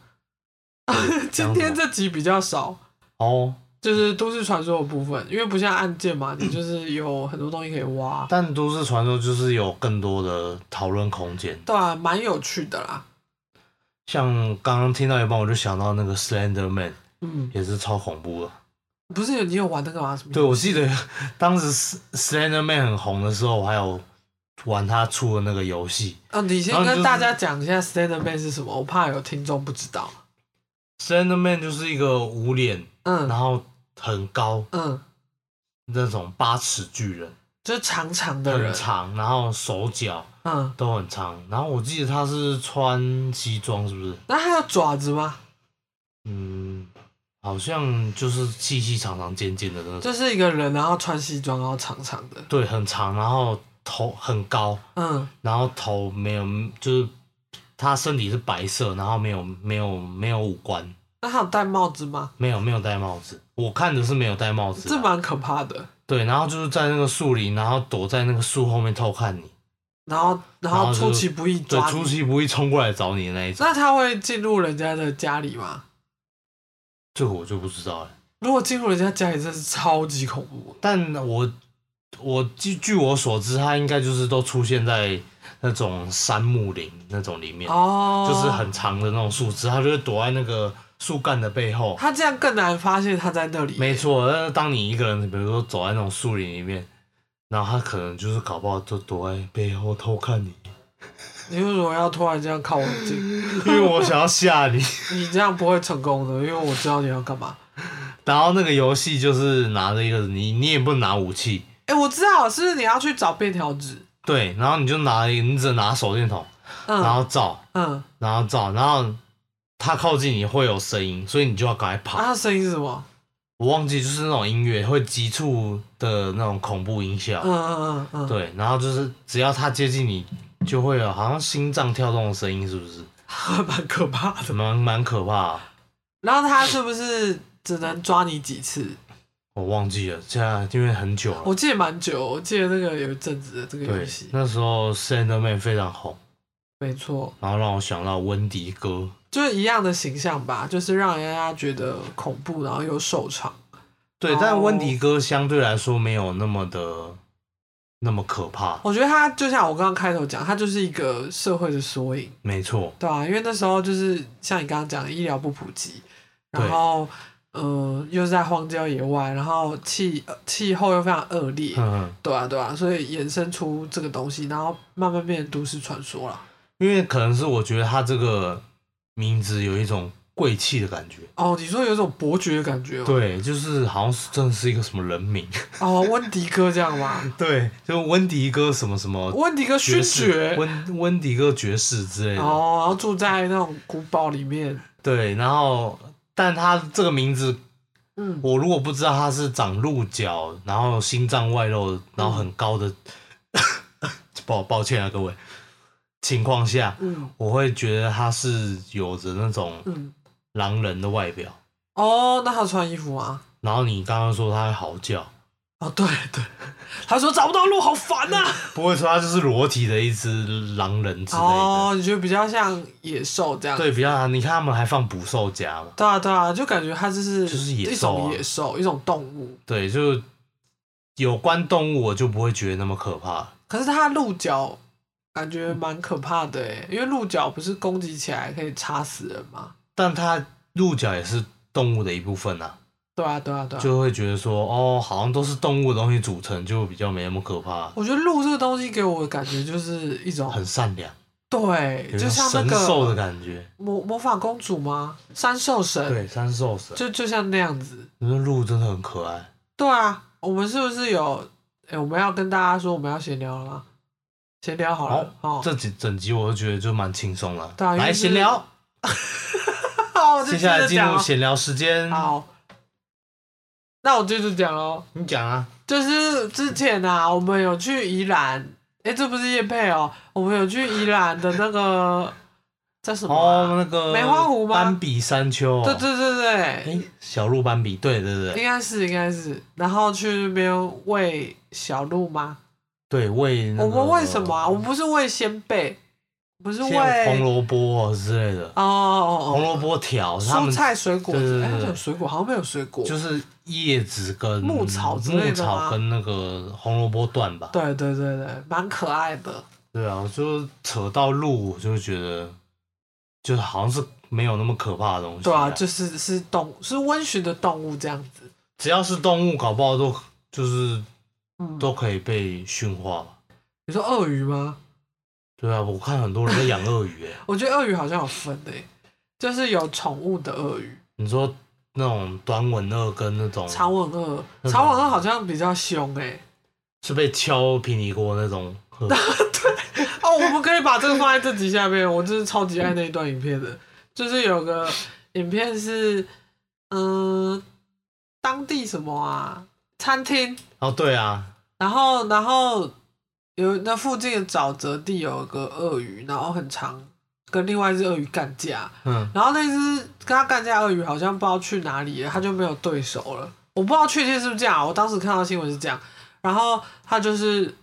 今
讲什
天
么
这集比较少，
哦，
就是都市传说的部分，因为不像案件嘛，
嗯
你就是有很多东西可以挖。
但都市传说就是有更多的讨论空间，
对啊，蛮有趣的啦。
像刚刚听到一半，我就想到那个 Slender Man
嗯，
也是超恐怖的。
不是你有玩那个吗？什么？
嗯对，我记得当时 S- Slender Man 很红的时候，我还有玩他出的那个游戏。
啊，你先
然后就
跟
是
大家讲一下 Stand Man 是什么，我怕有听众不知道。
Slender Man 就是一个无脸，然
嗯
后很高
嗯，
那种八尺巨人，
就是长长的
很
人，
长，然后手脚
嗯，
都很长。然后我记得他是穿西装，是不是？
那还有爪子吗？
嗯，好像就是细细长长、尖尖的那种。
就是一个人，然后穿西装，然后长长的，
对，很长，然后头很高，
嗯
然后头没有，就是他身体是白色，然后没有没有没有五官，
那他有戴帽子吗？
没有没有戴帽子。我看的是没有戴帽子
这
啊，
蛮可怕的。
对，然后就是在那个树林，然后躲在那个树后面偷看你，
然后，然
然
后
后就
出其不意
对
抓，
出
你。
其不意冲过来找你的那一种。
那他会进入人家的家里吗？
这个我就不知道了，
如果进入人家家里，真是超级恐怖。
但我我据据我所知，它应该就是都出现在那种杉木林那种里面，
哦，
就是很长的那种树枝，它就会躲在那个树干的背后。
他这样更难发现他在那里。
没错，但是当你一个人，比如说走在那种树林里面，然后他可能就是搞不好就躲在背后偷看你，
你为什么要突然这样靠我近？
因为我想要吓你。
你这样不会成功的，因为我知道你要干嘛。
然后那个游戏就是拿着一个你你也不能拿武器，
哎、我知道，是不是你要去找便条纸？
对，然后你就拿一个你只能拿手电筒，然
嗯
后照，
嗯，
然后照，然后他靠近你会有声音，所以你就要赶快跑。
啊，它声音是什么？
我忘记就是那种音乐会急促的那种恐怖音效，
嗯嗯嗯嗯，
对，然后就是只要他接近你，就会有好像心脏跳动的声音，是不是？
蛮可怕的。
蛮蛮可怕、
然后他是不是只能抓你几次？
我忘记了，现在因为很久了。
我记得蛮久，我记得那个有一阵子的这个游
对
戏，，
那时候 Sandman 非常红，
没错，
然后让我想到温迪哥，
就是一样的形象吧，就是让人家觉得恐怖，然后又受伤。
对，
哦
但温迪哥相对来说没有那么的那么可怕，
我觉得他就像我刚刚开头讲，他就是一个社会的缩影。
没错，
对啊，因为那时候就是像你刚刚讲，的，医疗不普及，
对
然后呃又是在荒郊野外，然后气呃气候又非常恶劣，
嗯，
对啊对啊，所以衍生出这个东西，然后慢慢变成都市传说了。
因为可能是我觉得他这个名字有一种贵气的感觉，
哦，你说有一种伯爵的感觉吗？
对，就是好像是真的是一个什么人名，
哦，温迪哥这样吗？
对，就温迪哥什么什么
温迪哥勋
爵士，
爵，
温温迪哥爵士之类的，
哦，然后住在那种古堡里面，
对，然后但他这个名字
嗯，
我如果不知道他是长鹿角，然后心脏外露，然后很高的， 抱抱歉啊各位，情况下，
嗯
我会觉得他是有着那种
嗯，
狼人的外表。
哦，那他穿衣服吗？
然后你刚刚说他会嚎叫，
哦，对对，他说找不到路，好烦啊呐、
不会说他就是裸体的一只狼人之类的。
哦，你觉得比较像野兽这样？
对，比较你看他们还放捕兽夹嘛，
对啊，对啊，就感觉它就是
就是野
一
兽啊
种野兽，一种动物。
对，就有关动物我就不会觉得那么可怕。
可是它鹿角感觉蛮可怕的诶，因为鹿角不是攻击起来可以插死人吗？
但它鹿角也是动物的一部分啊。
对啊，对啊，对啊。
就会觉得说，哦，好像都是动物的东西组成，就比较没那么可怕，
我觉得鹿这个东西给我的感觉就是一种
很善良，
对，
有一
就
种
像那
神兽的
个
感觉。
魔魔法公主吗？三兽神，
对，三兽神，
就就像那样子。
那鹿真的很可爱。
对啊，我们是不是有？哎，我们要跟大家说我们要闲聊了吗？闲聊好了，哦，
这几整集我就觉得就蛮轻松了。
对啊因为
来
是
闲聊，
好，我就
接
接
下来
着
进
讲
入
哦。
闲聊时间。
好，那我接着讲喽。
你讲啊，
就是之前啊，我们有去宜兰，诶，这不是叶配哦，我们有去宜兰的那个 叫什么啊、
哦，那个
梅花湖吗
斑比山丘。
对对对对，
哎，小鹿斑比，对对
应
对
该是应该是，然后去那边喂小鹿吗？
对，喂那个
我们喂什么啊？我们不是喂鲜贝，不是
像红
喂
萝卜之类的，
哦
红
哦哦，
萝卜条，他
蔬
们
菜水果，
对对对
哎，
对
好像有水果，好像没有水果。
就是叶子跟
牧草之类的吗
牧草跟那个红萝卜段吧。
对对对对，蛮可爱的。
对啊，我就扯到鹿，我就觉得就是好像是没有那么可怕的东西、
对啊，就是是动是温驯的动物这样子。
只要是动物，搞不好都就是
嗯，
都可以被驯化吧。
你说鳄鱼吗？
对啊，我看很多人在养鳄鱼、欸，
我觉得鳄鱼好像有分诶、欸就是有宠物的鳄鱼，
你说那种短吻鳄跟那种
长吻鳄，
哦嗯
长吻鳄好像比较凶哎、
是被敲平底锅那种鳄，
哦，我们可以把这个放在这集下面。我真是超级爱那一段影片的，就是有个影片是，嗯、当地什么啊，餐厅，
哦对啊，
然后然后有那附近的沼泽地有个鳄鱼，然后很长，跟另外一只鳄鱼干架，
嗯，
然后那只跟他干架的鳄鱼好像不知道去哪里了，他就没有对手了。我不知道确切是不是这样，我当时看到新闻是这样，然后他就是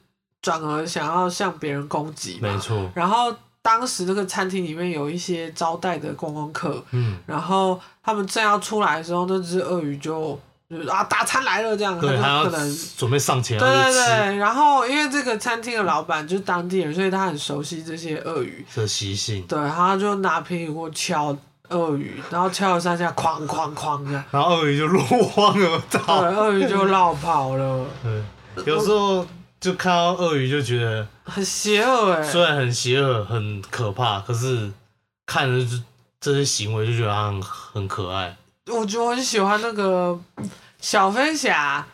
转而想要向别人攻击嘛，
没错，
然后当时这个餐厅里面有一些招待的观光客，
嗯，
然后他们正要出来的时候，那只鳄鱼就就是啊大餐来了这样，
对，还
它
要
就可能。
准备上前
对
要去
对
吃
对，然后因为这个餐厅的老板就是当地人，所以他很熟悉这些鳄鱼。
的习性，
对，他就拿平底锅敲鳄鱼，然后敲了三下，哐哐哐这样，
然后鳄鱼就落荒而
对，
逃。
鳄鱼就绕跑了，
对，有时候就看到鳄鱼就觉得，
很邪恶哎、
虽然很邪恶、很可怕，可是看着就这些行为就觉得它很很可爱。
我觉得我很喜欢那个小飞侠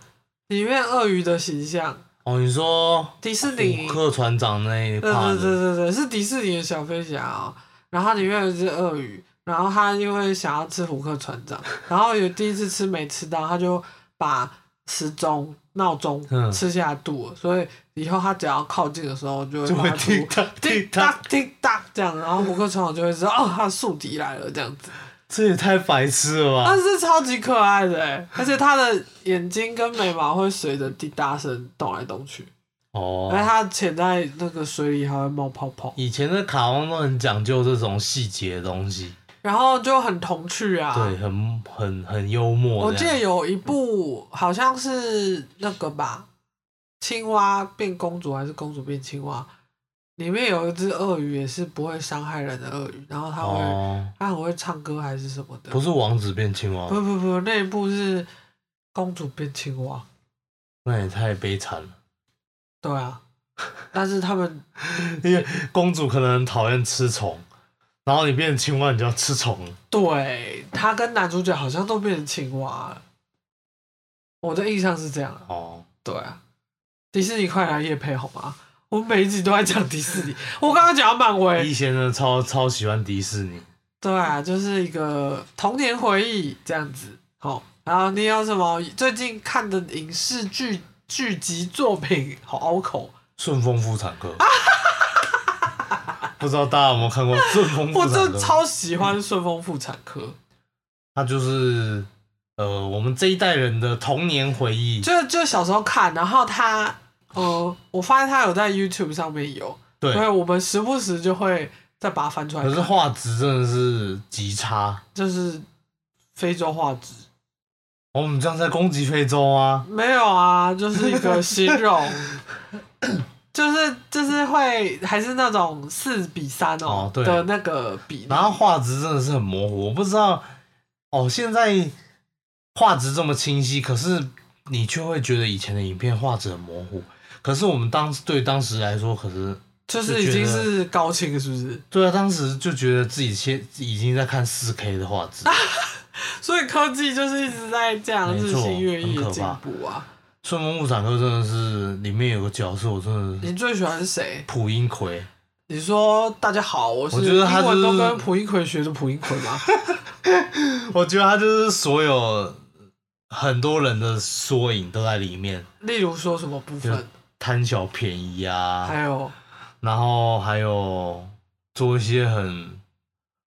里面鳄鱼的形象，
哦，你说
迪士尼
虎。克船长那一
对
趴
对对
的，
对对，是迪士尼的小飞侠哦。然后它里面有一只鳄鱼，然后它因为想要吃虎克船长，然后有第一次吃没吃到，它就把时钟闹钟
嗯
吃下肚了，所以以后它只要靠近的时候就会
就会
发出
滴 答滴
滴
答
答，滴答这样，然后虎克船长就会知道哦，它的宿敌来了这样
啊
子。
这也太白痴了吧
但！是超级可爱的哎，而且它的眼睛跟眉毛会随着滴答声动来动去，而且
哦，
它潜在那个水里还会冒泡泡。
以前的卡通都很讲究这种细节的东西，
然后就很童趣啊。
对，很很很幽默。
我记得，有一部好像是那个吧，青蛙变公主还是公主变青蛙，里面有一只鳄鱼也是不会伤害人的鳄鱼，然后它会、
哦，
它很会唱歌还是什么的。
不是王子变青蛙
不，不不，那一部是公主变青蛙。
那也太悲惨了。
对啊， 但是他们
因为公主可能很讨厌吃虫，然后你变成青蛙，你就要吃虫了。
对她跟男主角好像都变成青蛙了，我的印象是这样啊。
哦，
对啊，迪士尼快来夜配好吗？我们每一集都在讲迪士尼，我刚刚讲到漫威
以，前呢超超喜欢迪士尼，
对啊，就是一个童年回忆这样子。好，然后你有什么最近看的影视剧剧集作品？好拗口，
顺丰妇产 科。不知道大家有没有看过顺丰
我
妇
真
产
的
嗯科？
超喜欢顺丰妇产科，
它就是呃我们这一代人的童年回忆。
就就小时候看，然后他呃，我发现他有在 YouTube 上面有，
对，
所以我们时不时就会再把它翻出来
可是
看，
画质真的是极差。
就是非洲画质。
哦我们这样在攻击非洲啊！
没有啊，就是一个形 容，就是就是会还是那种四比三哦
哦对
的那个比例
然后画质真的是很模糊，我不知道哦。现在画质这么清晰，可是你却会觉得以前的影片画质很模糊。可是我们当时对当时来说，可是
就是已经是高清了，是不是？
对啊，当时就觉得自己现已经在看四 K 的画质，
所以科技就是一直在这样
没
日
错
新月异的
很可
进
怕
步啊。
《顺风物产科》真的是里面有个角色，我真的是
你最喜欢谁？
蒲英奎，
你说大家好，我是
我觉得他
英文
就
都
是
跟蒲英奎学的蒲英奎 吗？
我觉得他就是所有很多人的缩影都在里面，
例如说什么部
就
分，
贪小便宜啊，
还有
然后还有做一些很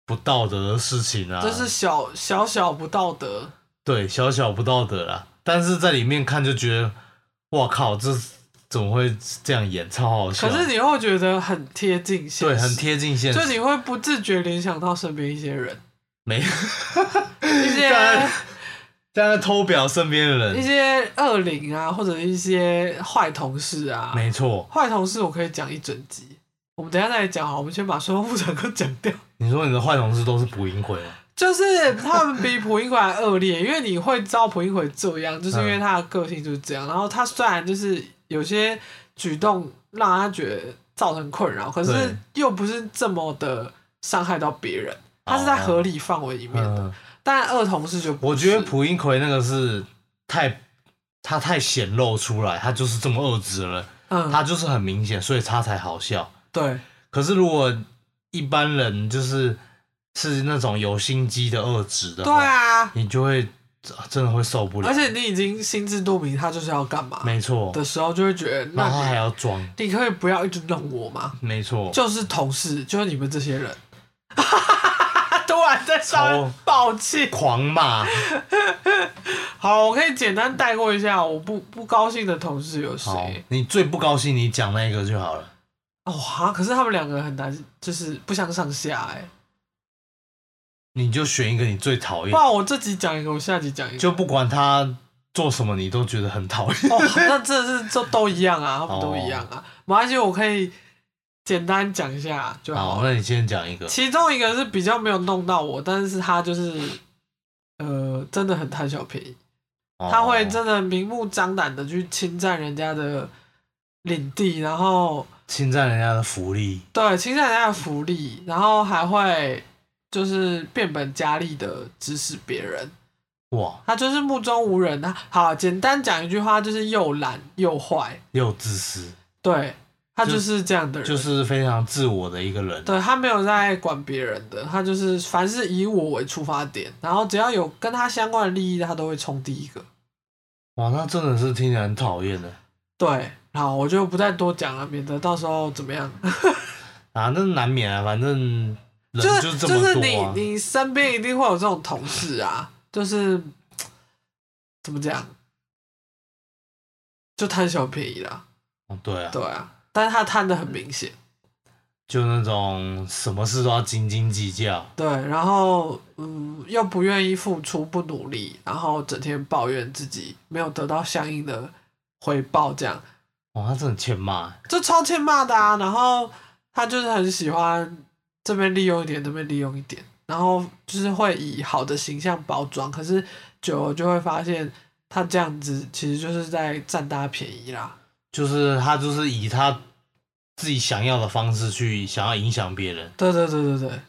不道德的事情啊，
这是小小小不道德，
对小小不道德啦。但是在里面看就觉得，哇靠，这怎么会这样演？超好笑。
可是你会觉得很贴近现实，
对，很贴近现
就
实。
你会不自觉联想到身边一些人。
没
一 些
在在偷表身边的
一
人，
些恶灵啊，或者一些坏同事啊。
没错。
坏同事我可以讲一整集，我们等一下再来讲好，我们先把双方妇产科讲掉。
你说你的坏同事都是蒲英奎吗？
就是他们比蒲英奎还恶劣，因为你会知道蒲英奎这样，就是因
嗯
为他的个性就是这样。然后他虽然就是有些举动让他觉得造成困扰，可是
对
又不是这么的伤害到别人。它是在合理范围里面的。
哦嗯，
但二童式就不
我觉得
是
蒲英奎那个是太他太显露出来，他就是这么恶质了，
嗯，
他嗯就是很明显，所以他才好笑。
对，
可是如果一般人就是是那种有心机的恶质的
对
话，
啊，
你就会真的会受不了。
而且你已经心知肚明他就是要干嘛
没错，
的时候，就会觉得
然后他还
那
要装，
你你可以不要一直弄我吗？
没错，
就是同事，就是你们这些人。 突然在上面
超
爆气，
狂骂。
好，我可以简单带过一下，我不不高兴的同事有
好
谁？，
你最不高兴你讲那个就好了。
哦哈，可是他们两个很难，就是不相上下哎、
你就选一个你最讨
不
厌，
然我这集讲一个，我下集讲一个。
就不管他做什么，你都觉得很讨厌。
哦，那真的是就都一样啊，他们都一样啊。没关系，我可以简单讲一下就好
好，
了。
那你先讲一个。
其中一个是比较没有弄到我，但是他就是呃，真的很贪小便宜，他会
哦
真的明目张胆的去侵占人家的领地，然后
侵占人家的福利，
对侵占人家的福利，然后还会就是变本加厉的指使别人。
哇，
他就是目中无人。他好，简单讲一句话，就是又懒又坏。
又自私，
对他
就
就是这样的人，
就是非常自我的一个人。
对他没有在管别人的，他就是凡是以我为出发点，然后只要有跟他相关的利益，他都会冲第一个。
哇，那真的是听起来很讨厌的
对，好，我就不再多讲了，免得到时候怎么样。
啊，那难免啊，反正人
是
这
就
么
是
多
你
啊。
你身边一定会有这种同事啊，就是怎么讲，就贪小便宜啦。
哦对啊，
对啊，但是他贪的很明显。
就那种什么事都要斤斤计较，
对，然后嗯，又不愿意付出，不努力，然后整天抱怨自己没有得到相应的回报，这样
哇，他真的欠骂。
就超欠骂的啊。然后他就是很喜欢这边利用一点，这边利用一点，然后就是会以好的形象包装，可是久了就会发现他这样子其实就是在占大家便宜啦。
就是他就是以他自己想要的方式去想要影响别人
对对对对对。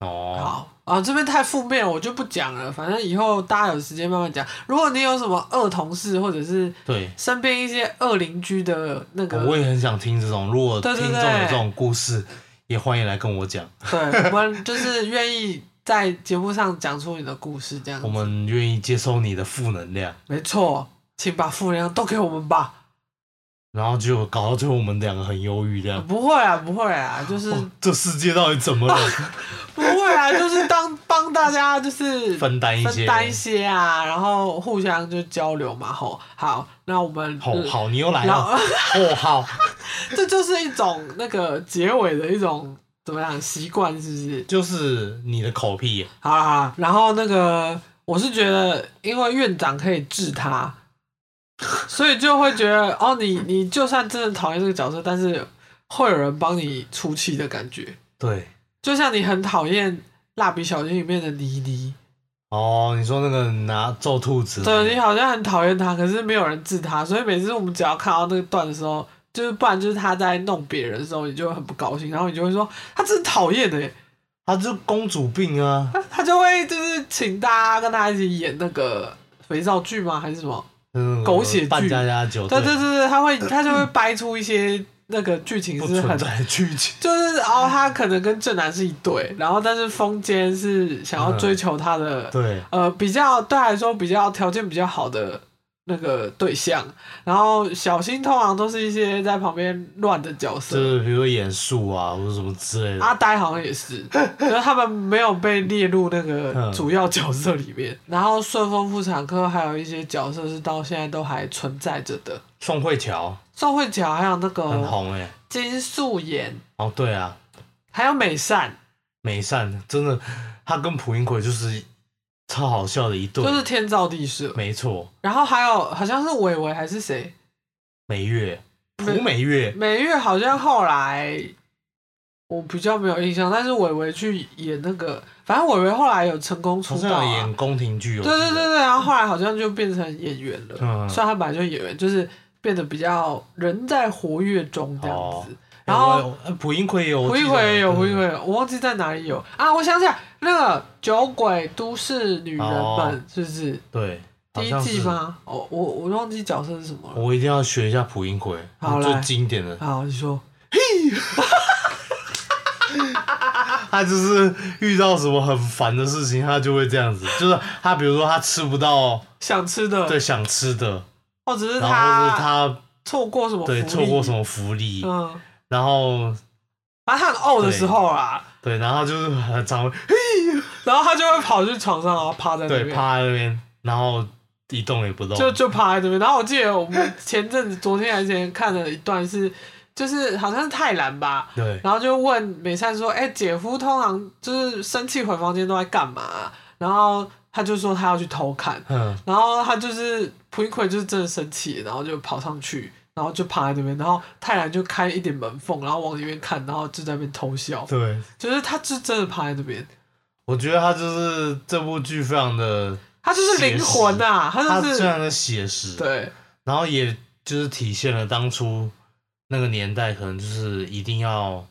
哦。
好啊，这边太负面了，我就不讲了。反正以后大家有时间慢慢讲。如果你有什么恶同事或者是
对，
身边一些恶邻居的那个，
我也很想听这种，如果
对
听
对
众
对
有这种故事，也欢迎来跟我讲，
对，我们就是愿意在节目上讲出你的故事，这样子
我们愿意接收你的负能量。
没错，请把负能量都给我们吧。
然后就搞到最后，我们两个很忧郁这样。
不会啊，不会啊，就是、
哦这世界到底怎 么了？
不会啊，就是当帮大家就是
分担一些，
分担一些啊，然后互相就交流嘛。吼，好，那我们
好
嗯
好，你又来
然
了。
后
哦，好，
这就是一种那个结尾的一种怎么样习惯，是不是？
就是你的口癖。
好啦好啦，然后那个我是觉得，因为院长可以治 他，所以就会觉得哦，你你就算真的讨厌这个角色，但是会有人帮你出气的感觉，
对，
就像你很讨厌。蜡笔小新里面的妮妮，
哦，你说那个拿揍兔子，
对你好像很讨厌他，可是没有人治他，所以每次我们只要看到那个段的时候，就是不然就是他在弄别人的时候，你就会很不高兴，然后你就会说他真讨厌的耶，
他就公主 病啊，
他他就会就是请大家跟他一起演那个肥皂剧吗？还是什么？
嗯
狗血剧
扮家家酒，
对对对对，他会他就会掰出一些那个剧情
嗯不
是很
存，在的剧情。
就是哦，他可能跟正男是一对，然后但是风间是想要追求他的、
嗯对，
呃比较对他来说比较条件比较好的那个对象，然后小新通常都是一些在旁边乱的角
就
色。
是比如说演术啊，或者什么之类的。
阿呆好像也是，就是他们没有被列入那个
嗯
主要角色里面。然后顺丰妇产科还有一些角色是到现在都还存在着的，
宋慧乔
宋慧乔还有那个
很红哎，
金素妍，
哦对啊，
还有美善，
美善真的，他跟蒲英奎就是超好笑的一对，
就是天造地设。
没错，
然后还有好像是伟伟还是谁，
美月
美
蒲美月
美月好像后来我比较没有印象，但是伟伟去演那个，反正伟伟后来有成功
好
出道、
像有
啊
演，宫廷剧，
对
哦，
对对对，然后后来好像就变成演员了，
嗯
虽然他本来就演员，就是变得比较人在活跃中这样子。
哦
然后
有啊蒲英奎也有，
胡一奎也有，
我
胡
记
一
得嗯
奎，有，我忘记在哪里有啊！我想起来，那个《酒鬼都市女人们》
哦
是不是
对，好
第一
像
季
是。
吗？哦，我我忘记角色是什么了。
我一定要学一下蒲英奎，
好
最
来
经典的，
好，你说
他就是遇到什么很烦的事情，他就会这样子，就是他比如说他吃不到
想吃的，
对想吃的，
或者是
然后或者
他
他
错过什么，
对错过什，么福利，
嗯，
然后
反正他很呕的时候啊，
对，然后他就是很常
然后他就会跑去床上，然后趴在那
对
边，
趴在那边，然后一动也不动，
就就趴在这边。然后我记得我们前阵子、昨天还是前天看了一段是，就是好像是泰兰吧，
对
然后就问美善说：“哎、姐夫通常就是生气回房间都在干嘛啊、然后他就说他要去偷看，
嗯，
然后他就是蒲英奎就是真的生气，然后就跑上去，然后就趴在那边，然后泰兰就开一点门缝，然后往里面看，然后就在那边偷笑，
对，
就是他就真的趴在那边，
我觉得他就是这部剧非常的，
他就是灵魂呐、啊，
他
他就
非
是
常的写实，
对
然后也就是体现了当初那个年代，可能就是一定要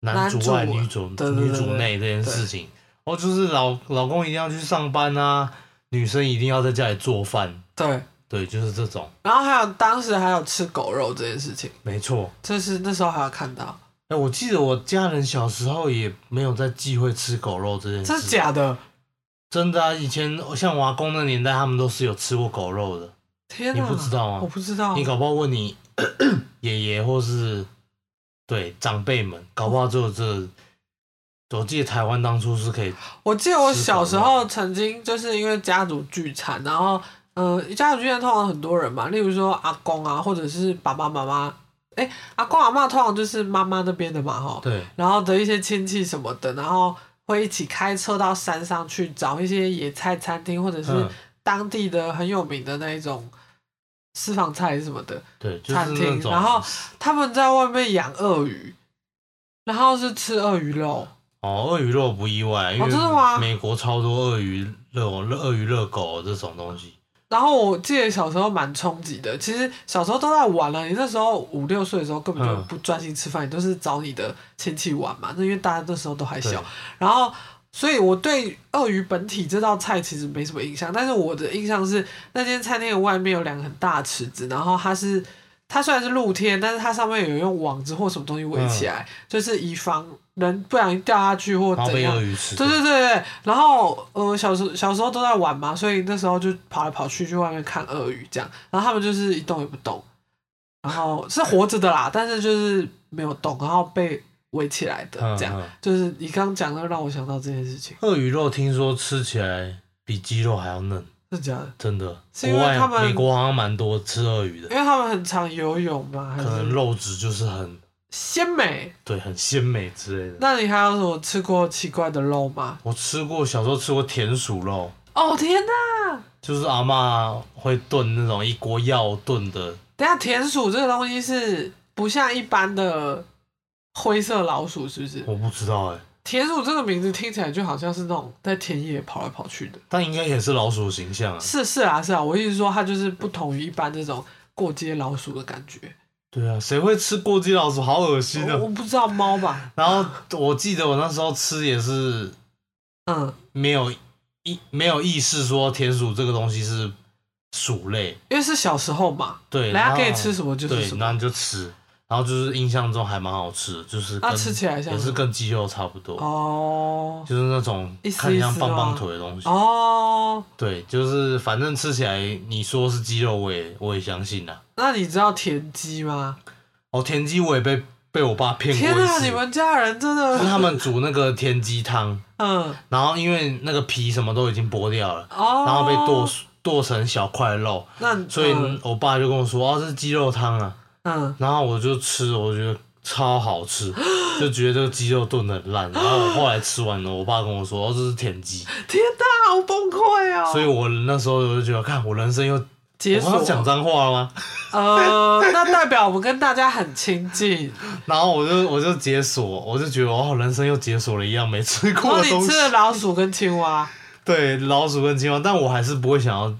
男主外
男主
女主
对对对
女主内这件事情。哦，就是老老公一定要去上班啊，女生一定要在家里做饭，
对。
对，就是这种，
然后还有当时还有吃狗肉这件事情，
没错。
这是那时候还有看到，
哎、我记得我家人小时候也没有在忌讳吃狗肉这件
这
事
是
情，
假的，
真的啊！以前像我阿公那年代，他们都是有吃过狗肉的。
天
你
哪！
不知道啊吗
我不知道
你。搞不好问你 爷爷或是对长辈们，搞不好只有这。我记得台湾当初是可以，
我记得我小时候曾经就是因为家族聚餐，然后呃，家族聚餐通常很多人嘛，例如说阿公啊，或者是爸爸妈妈，哎、阿公阿嬷通常就是妈妈那边的嘛，哈，
对
然后的一些亲戚什么的，然后会一起开车到山上去找一些野菜餐厅，或者是
嗯
当地的很有名的那一种私房菜什么的，
对，就是
餐厅
那种，
然后他们在外面养鳄鱼，然后是吃鳄鱼肉，
哦，鳄鱼肉不意外，因为
哦真的吗
美国超多鳄鱼肉、鳄鱼热狗这种东西，
然后我记得小时候蛮冲击的，其实小时候都在玩了。你那时候五六岁的时候根本就
嗯
不专心吃饭，你都是找你的亲戚玩嘛。那因为大家那时候都还
对
小，然后所以我对鳄鱼本体这道菜其实没什么印象，但是我的印象是那间餐厅的外面有两个很大的池子，然后它是它虽然是露天，但是它上面有用网子或什么东西围起来，就是以防人不小心掉下去或
嗯然后
怎
被
样
鳄。鱼吃
对
掉。
对对对，然后呃，小时候小时候都在玩嘛，所以那时候就跑来跑去去外面看鳄鱼这样，然后他们就是一动也不动，然后是活着的啦，但是就是没有动，然后被围起来的
嗯
这样。
嗯
就是你刚讲的，让我想到这件事情，
鳄鱼肉听说吃起来比鸡肉还要嫩，
是假的，
真的。
是因
国
为
外
他们
美国好像蛮多吃鳄鱼的，
因为他们很常游泳嘛，还
可能
是
肉质就是很
鲜美。
对很鲜美之类的。
那你还有什么吃过奇怪的肉吗？
我吃过，小时候吃过田鼠肉，
哦天哪！
就是阿嬷会炖那种一锅药炖的，
等一下田鼠这个东西是不像一般的灰色老鼠，是不是？
我不知道哎、
田鼠这个名字听起来就好像是那种在田野跑来跑去的。
但应该也是老鼠的形象啊。
是是啊是啊，我意思说它就是不同于一般这种过街老鼠的感觉。
对啊，谁会吃过街老鼠？好恶心
我
的。
我不知道猫吧？
然后我记得我那时候吃也是
嗯，
没有意没有意识说田鼠这个东西是鼠类，
因为是小时候嘛，
对，
人家
然后
可以吃什么就是
对
什，
然
么。
后你就吃，然后就是印象中还蛮好吃的，就是
那
跟
啊吃起来像
也
什
是
么
跟鸡肉差不多，
哦
就是那种
一丝
看起来
一
像
丝
棒棒
吗
腿的东西。
哦，
对，就是反正吃起来，你说是鸡肉，我也我也相信啦。
那你知道田鸡吗？
哦，田鸡我也被被我爸骗过
天
一
啊，
次，
你们家人真
就是
的，
他们煮那个田鸡汤，
嗯
然后因为那个皮什么都已经剥掉了，
哦，
然后被剁剁成小块肉，
那
所以
嗯
我爸就跟我说：“哦，这是鸡肉汤啊。”
嗯
然后我就吃，我觉得超好吃，就觉得这个鸡肉炖的很烂。然后我后来吃完了，我爸跟我说：“哦，这是田鸡。
天哪，好崩溃”哦！
所以我那时候我就觉得，看我人生又我
解
刚
锁
刚讲脏话了吗？
呃，那代表我们跟大家很亲近。
然后我就我就解锁，我就觉得哦，人生又解锁了一样没吃
然
过
后
的东
哦你
西
吃。了老鼠跟青蛙，
对，老鼠跟青蛙，但我还是不会想要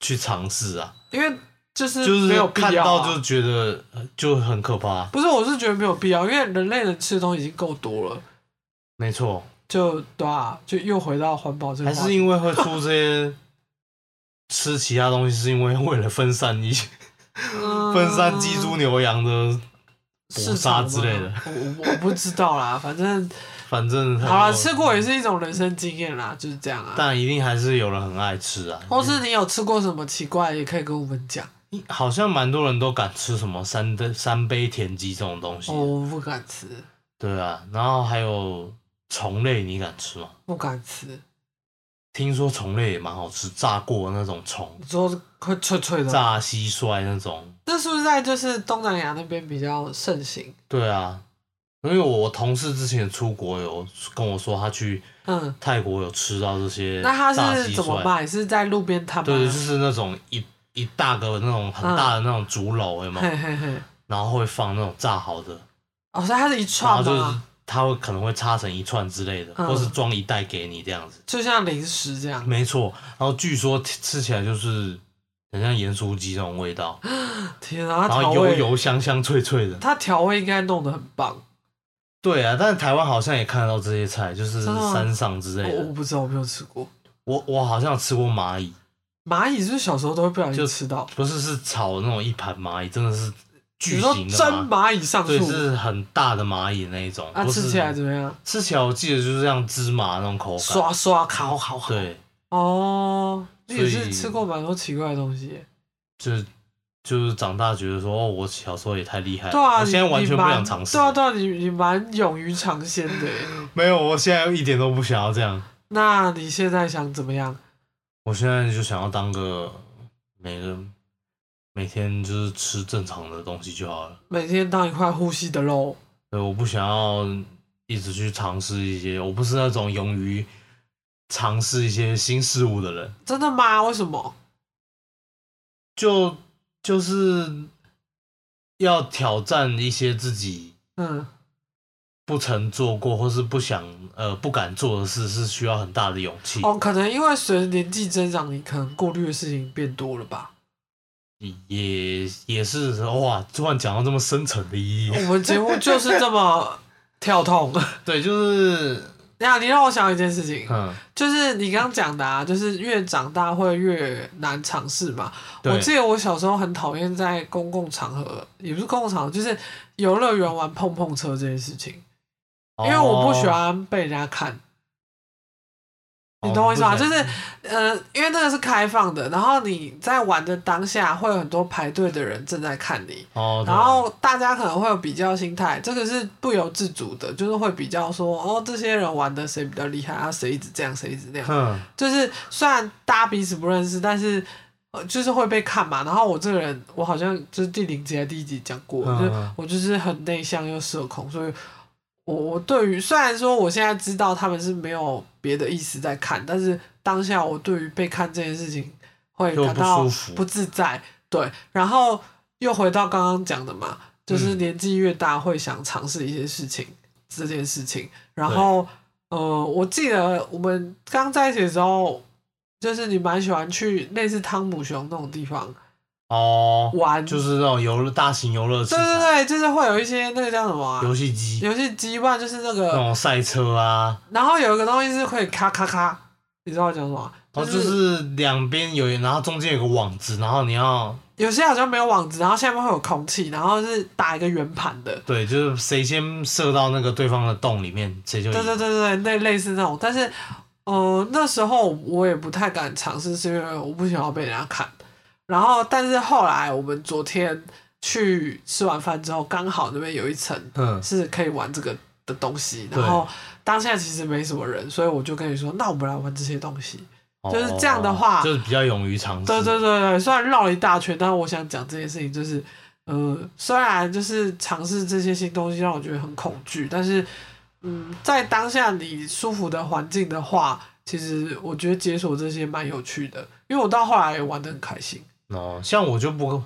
去尝试啊，
因为就是
就
没有
是
必
看
要啊、
到就觉得呃就很可怕。
不是，我是觉得没有必要，因为人类能吃的东西已经够多了。
没错，
就对啊，就又回到环保这个
还
话题，
是因为会出这些吃其他东西，是因为为了分散一
嗯
分散鸡、猪、牛、羊的，
市
杀
场
啊之类的
吗我我我不知道啦，反正
反正很
好了，
多
吃过也是一种人生经验啦，就是这样啊。
但一定还是有人很爱吃啊。
或是你有吃过什么奇怪，也可以跟我们讲。
好像蛮多人都敢吃什么三的三杯田鸡这种东西，
哦，我不敢吃，
对啊。然后还有虫类，你敢吃吗？
不敢吃。
听说虫类也蛮好吃，炸过那种虫，
你说会脆脆的吗，
炸蟋蟀那种，
那是不是在就是东南亚那边比较盛行？
对啊。因为我同事之前出国有跟我说，他去
嗯，
泰国有吃到这些
那它
炸
是
蟋
怎么
蟀，
卖？是在路边摊吗？
对，就是那种一一大个那种很大的那种竹篓，有没有？
嗯嘿嘿嘿，
然后会放那种炸好的，
哦，所以它是一
然后
串
就是
吗？
它会可能会插成一串之类的，
嗯
或是装一袋给你这样子。
就像零食这样，
没错，然后据说吃吃起来就是很像盐酥鸡那种味道，
天啊，
然
它调
后油
味，
油香香脆脆的。
它调味应该弄得很棒。
对啊，但是台湾好像也看得到这些菜，就是
真的吗哦
山上之类
我我
的。
不知道，我没有吃过。
我我好像有吃过蚂蚁，
蚂蚁是不是小时候都会不小心
就
吃到？
不是是炒那种一盘蚂蚁，真的是
你
巨
说
型的
真
蚂蚁，
蚂蚁上
对，
树，
是很大的蚂蚁那一种。
啊，
不是
吃起来怎么样？
吃起来我记得就是像芝麻那种口感。
刷刷烤烤烤。
对，
哦，你也
所
是
以
吃过蛮多奇怪的东西耶。
就是就是长大觉得说，哦，我小时候也太厉害了，
对啊，
哎我现在
你
完
你
全不想
蛮
尝试。
对啊，啊对啊，你你蛮勇于尝鲜的耶。
没有，我现在一点都不想要这样。
那你现在想怎么样？
我现在就想要当个每个每天就是吃正常的东西就好了。
每天当一块呼吸的肉，
对，我不想要一直去尝试一些，我不是那种勇于尝试一些新事物的人。
真的吗？为什么？
就就是要挑战一些自己
嗯，
不曾做过或是不想呃不敢做的事，是需要很大的勇气。
哦，可能因为随着年纪增长，你可能顾虑的事情变多了吧。
也也是哇，突然讲到这么深层的意义。
我们节目就是这么跳 痛。
对，就是
那你让我想到一件事情，
嗯，
就是你刚刚讲的啊，就是越长大会越难尝试嘛。我
对，
记得我小时候很讨厌在公共场合，也不是公共场合，就是游乐园玩碰碰车这件事情，因为我不喜欢被人家看。
哦，
你懂我意思吗？
不
就
喜欢
是，呃，因为那个是开放的，然后你在玩的当下，会有很多排队的人正在看你，
哦，对
然后大家可能会有比较心态，这个是不由自主的，就是会比较说，哦，这些人玩的谁比较厉害啊，谁一直这样，谁一直那样，
哼，
就是虽然大家彼此不认识，但是呃，就是会被看嘛。然后我这个人，我好像就是第零集还第一集讲过，
嗯
就
嗯
我就是很内向又社恐，所以我我对于虽然说我现在知道他们是没有别的意思在看，但是当下我对于被看这件事情会
就
感
不
到
舒服
不自在。对，然后又回到刚刚讲的嘛，就是
嗯
年纪越大会想尝试一些事情，这件事情。然后，呃，我记得我们刚在一起的时候，就是你蛮喜欢去类似汤姆熊那种地方
哦，
玩，
就是那种游乐大型游乐器
对
材
对对，就是会有一些那个叫什么啊，
游戏哦机
游戏机吧，就是那
那
个，
种赛车啊，
然后有一个东西是可以咔咔咔，你知道我讲什么吗？
然后
就
哦就是是两边有，然后中间有个网子，然后你要
有些好像没有网子，然后下面会有空气，然后是打一个圆盘的，
对，就是谁先射到那个对方的洞里面，谁就赢
对对对对，那类似那种，但是，呃，那时候我也不太敢尝试，是因为我不想要被人家看。然后，但是后来我们昨天去吃完饭之后，刚好那边有一层
嗯，
是可以玩这个的东西，
对
然后当下其实没什么人，所以我就跟你说，那我们来玩这些东西。
哦
就是这样的话
就是比较勇于尝试。
对对对对，虽然绕了一大圈，但是我想讲这件事情就是，呃，虽然就是尝试这些新东西让我觉得很恐惧，但是，嗯，在当下你舒服的环境的话，其实我觉得解锁这些蛮有趣的，因为我到后来也玩的很开心。
哦，像我就不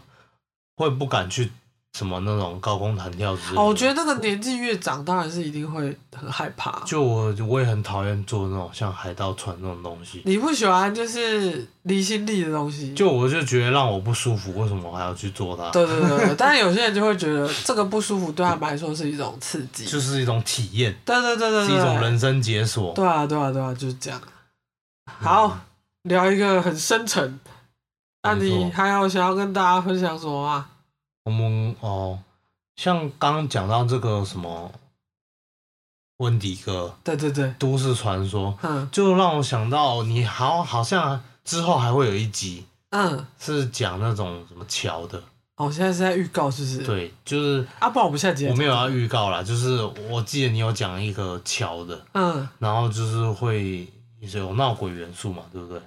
会不敢去什么那种高空弹跳之类的。
哦，我觉得那个年纪越长，当然是一定会很害怕。
就我我也很讨厌做那种像海盗船那种东西。
你不喜欢就是离心力的东西，
就我就觉得让我不舒服，为什么我还要去做它？
对对对对。但是有些人就会觉得这个不舒服对他们来说是一种刺激，
就是一种体验，
对对对对
是
对，
一种人生解锁。
对啊，对啊，对啊，就是这样。好，聊一个很深沉。那、
没
你
错
还有想要跟大家分享什么吗？
我们哦，像刚刚讲到这个什么温迪哥
对对对，
都市传说，
嗯
就让我想到你好好像之后还会有一集
嗯，
是讲那种什么桥的，
哦，我现在是在预告，是不是？。
对，就是
啊，不然我们下集再
我没有
讲
要预告啦，就是我记得你有讲一个桥的，
嗯
然后就是会就是有闹鬼元素嘛，对不对？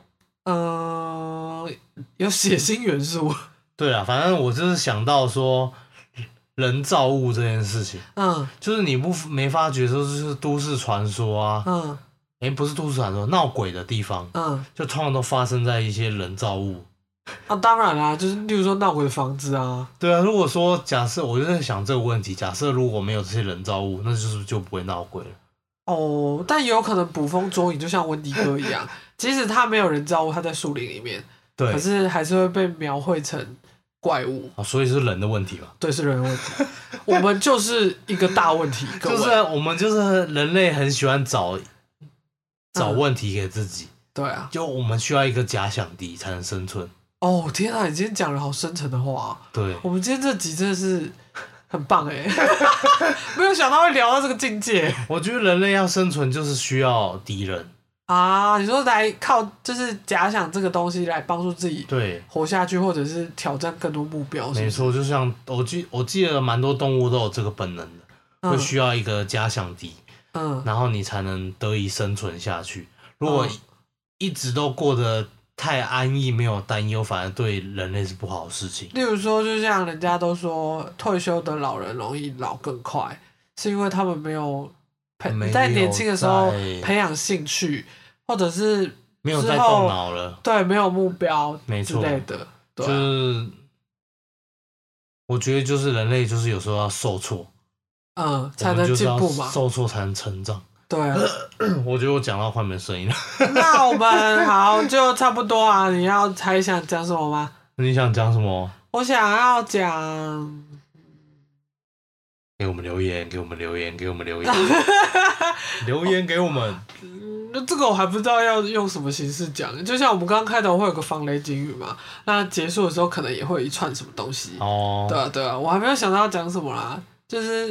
嗯、呃有血腥元素。
对啊，反正我就是想到说人造物这件事情，
嗯
就是你不没发觉说就是都市传说啊，
嗯
诶，不是都市传说，闹鬼的地方，
嗯。
就通常都发生在一些人造物。
啊，当然啦、就是例如说闹鬼的房子啊，
对啊，如果说假设我就在想这个问题，假设如果没有这些人造物，那就是就不会闹鬼了。
哦，但也有可能捕风捉影，就像温迪哥一样，即使他没有人造物，他在树林里面，
对
可，是还是会被描绘成怪物。
啊，所以是人的问题嘛，
对，是人的问题。 我们就是一个大问 题，各
就
位。嗯
是我们就是人类很喜欢找找问题给自己，
对啊。
就我们需要一个假想敌才能生存。
哦，天啊！你今天讲了好深沉的话啊、
对，
我们今天这集真的是很棒 哎、没有想到会聊到这个境界
我觉得人类要生存就是需要敌人。
啊！你说来靠，就是假想这个东西来帮助自己
对，
活下去，或者是挑战更多目标，是
没
不是？
错，就像我记我记得蛮多动物都有这个本能的，会需要一个假想敌。
嗯，
然后你才能得以生存下去。如果
嗯
一直都过得太安逸，没有担忧，反而对人类是不好的事情。
例如说，就像人家都说，退休的老人容易老更快，是因为他们没有培
没有
在年轻的时候
在
培养兴趣，或者是
没有
之
再
后
动脑了，
对没有目标
没
之
错，
类的，对
就
啊、
是我觉得就是人类就是有时候要受挫，
嗯，
我
才
们
能
就是
进
要
步嘛。
受挫才能成长。
对 啊，
我觉得我讲到快没声音了，
那我们好就差不多啊。你要还想讲什么吗？
你想讲什么？
我想要讲，
给我们留言，给我们留言，给我们留言，留言给我们。
嗯那这个我还不知道要用什么形式讲。就像我们刚开头会有个防雷警语嘛，那结束的时候可能也会有一串什么东西。
哦，
对啊，对啊，我还没有想到要讲什么啦。就是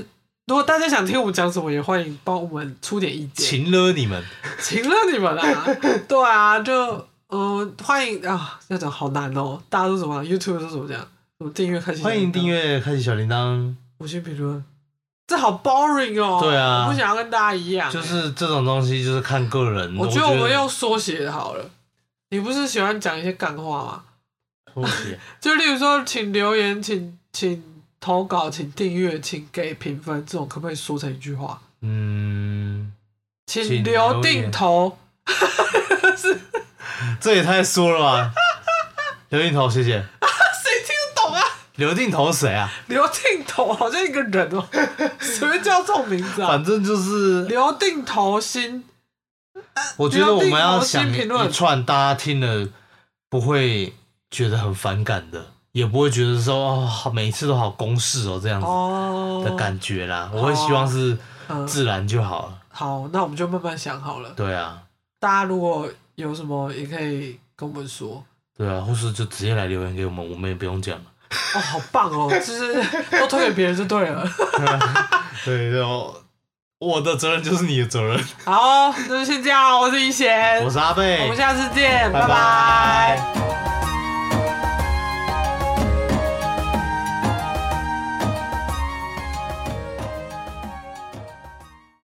如果大家想听我们讲什么，也欢迎帮我们出点意见，
勤了你们，
请了你们啦。对啊，就嗯，欢迎啊，要讲好难哦，大家都怎么样？YouTube 都怎么讲？什么订阅开启？
欢迎订，阅，开启小铃铛。
五星评论。这好 boring 哦！
对啊
我不想要跟大家一样。欸
就是这种东西，就是看个人。
我觉得我们 用缩写的好了。你不是喜欢讲一些干话吗？
拖鞋，
就例如说，请留言，请请投稿，请订阅，请给评分，这种可不可以缩成一句话？
嗯，
请
请
留
留
定
言
投。
这也太说了吧！刘定头，谢谢。
谁听得懂啊？
刘定头谁啊？
刘定投好像一个人哦，谁会叫这种名字啊？
反 正就是，
刘定投心，
我觉得我们要想
刘定头新评论
一串大家听了不会觉得很反感的，也不会觉得说哦，好每一次都好公式哦这样子
哦，
的感觉啦。我会希望是
嗯，
自然就好了。
好，那我们就慢慢想好了。
对啊，
大家如果有什么也可以跟我们说。
对啊，或是就直接来留言给我们，我们也不用讲了。
哦，好棒哦，就是 都推给别人就对了。
对，然后我的责任就是你的责任。
好，那就先这样，我是一贤
我，是阿贝，
我们下次见，拜
拜
拜
拜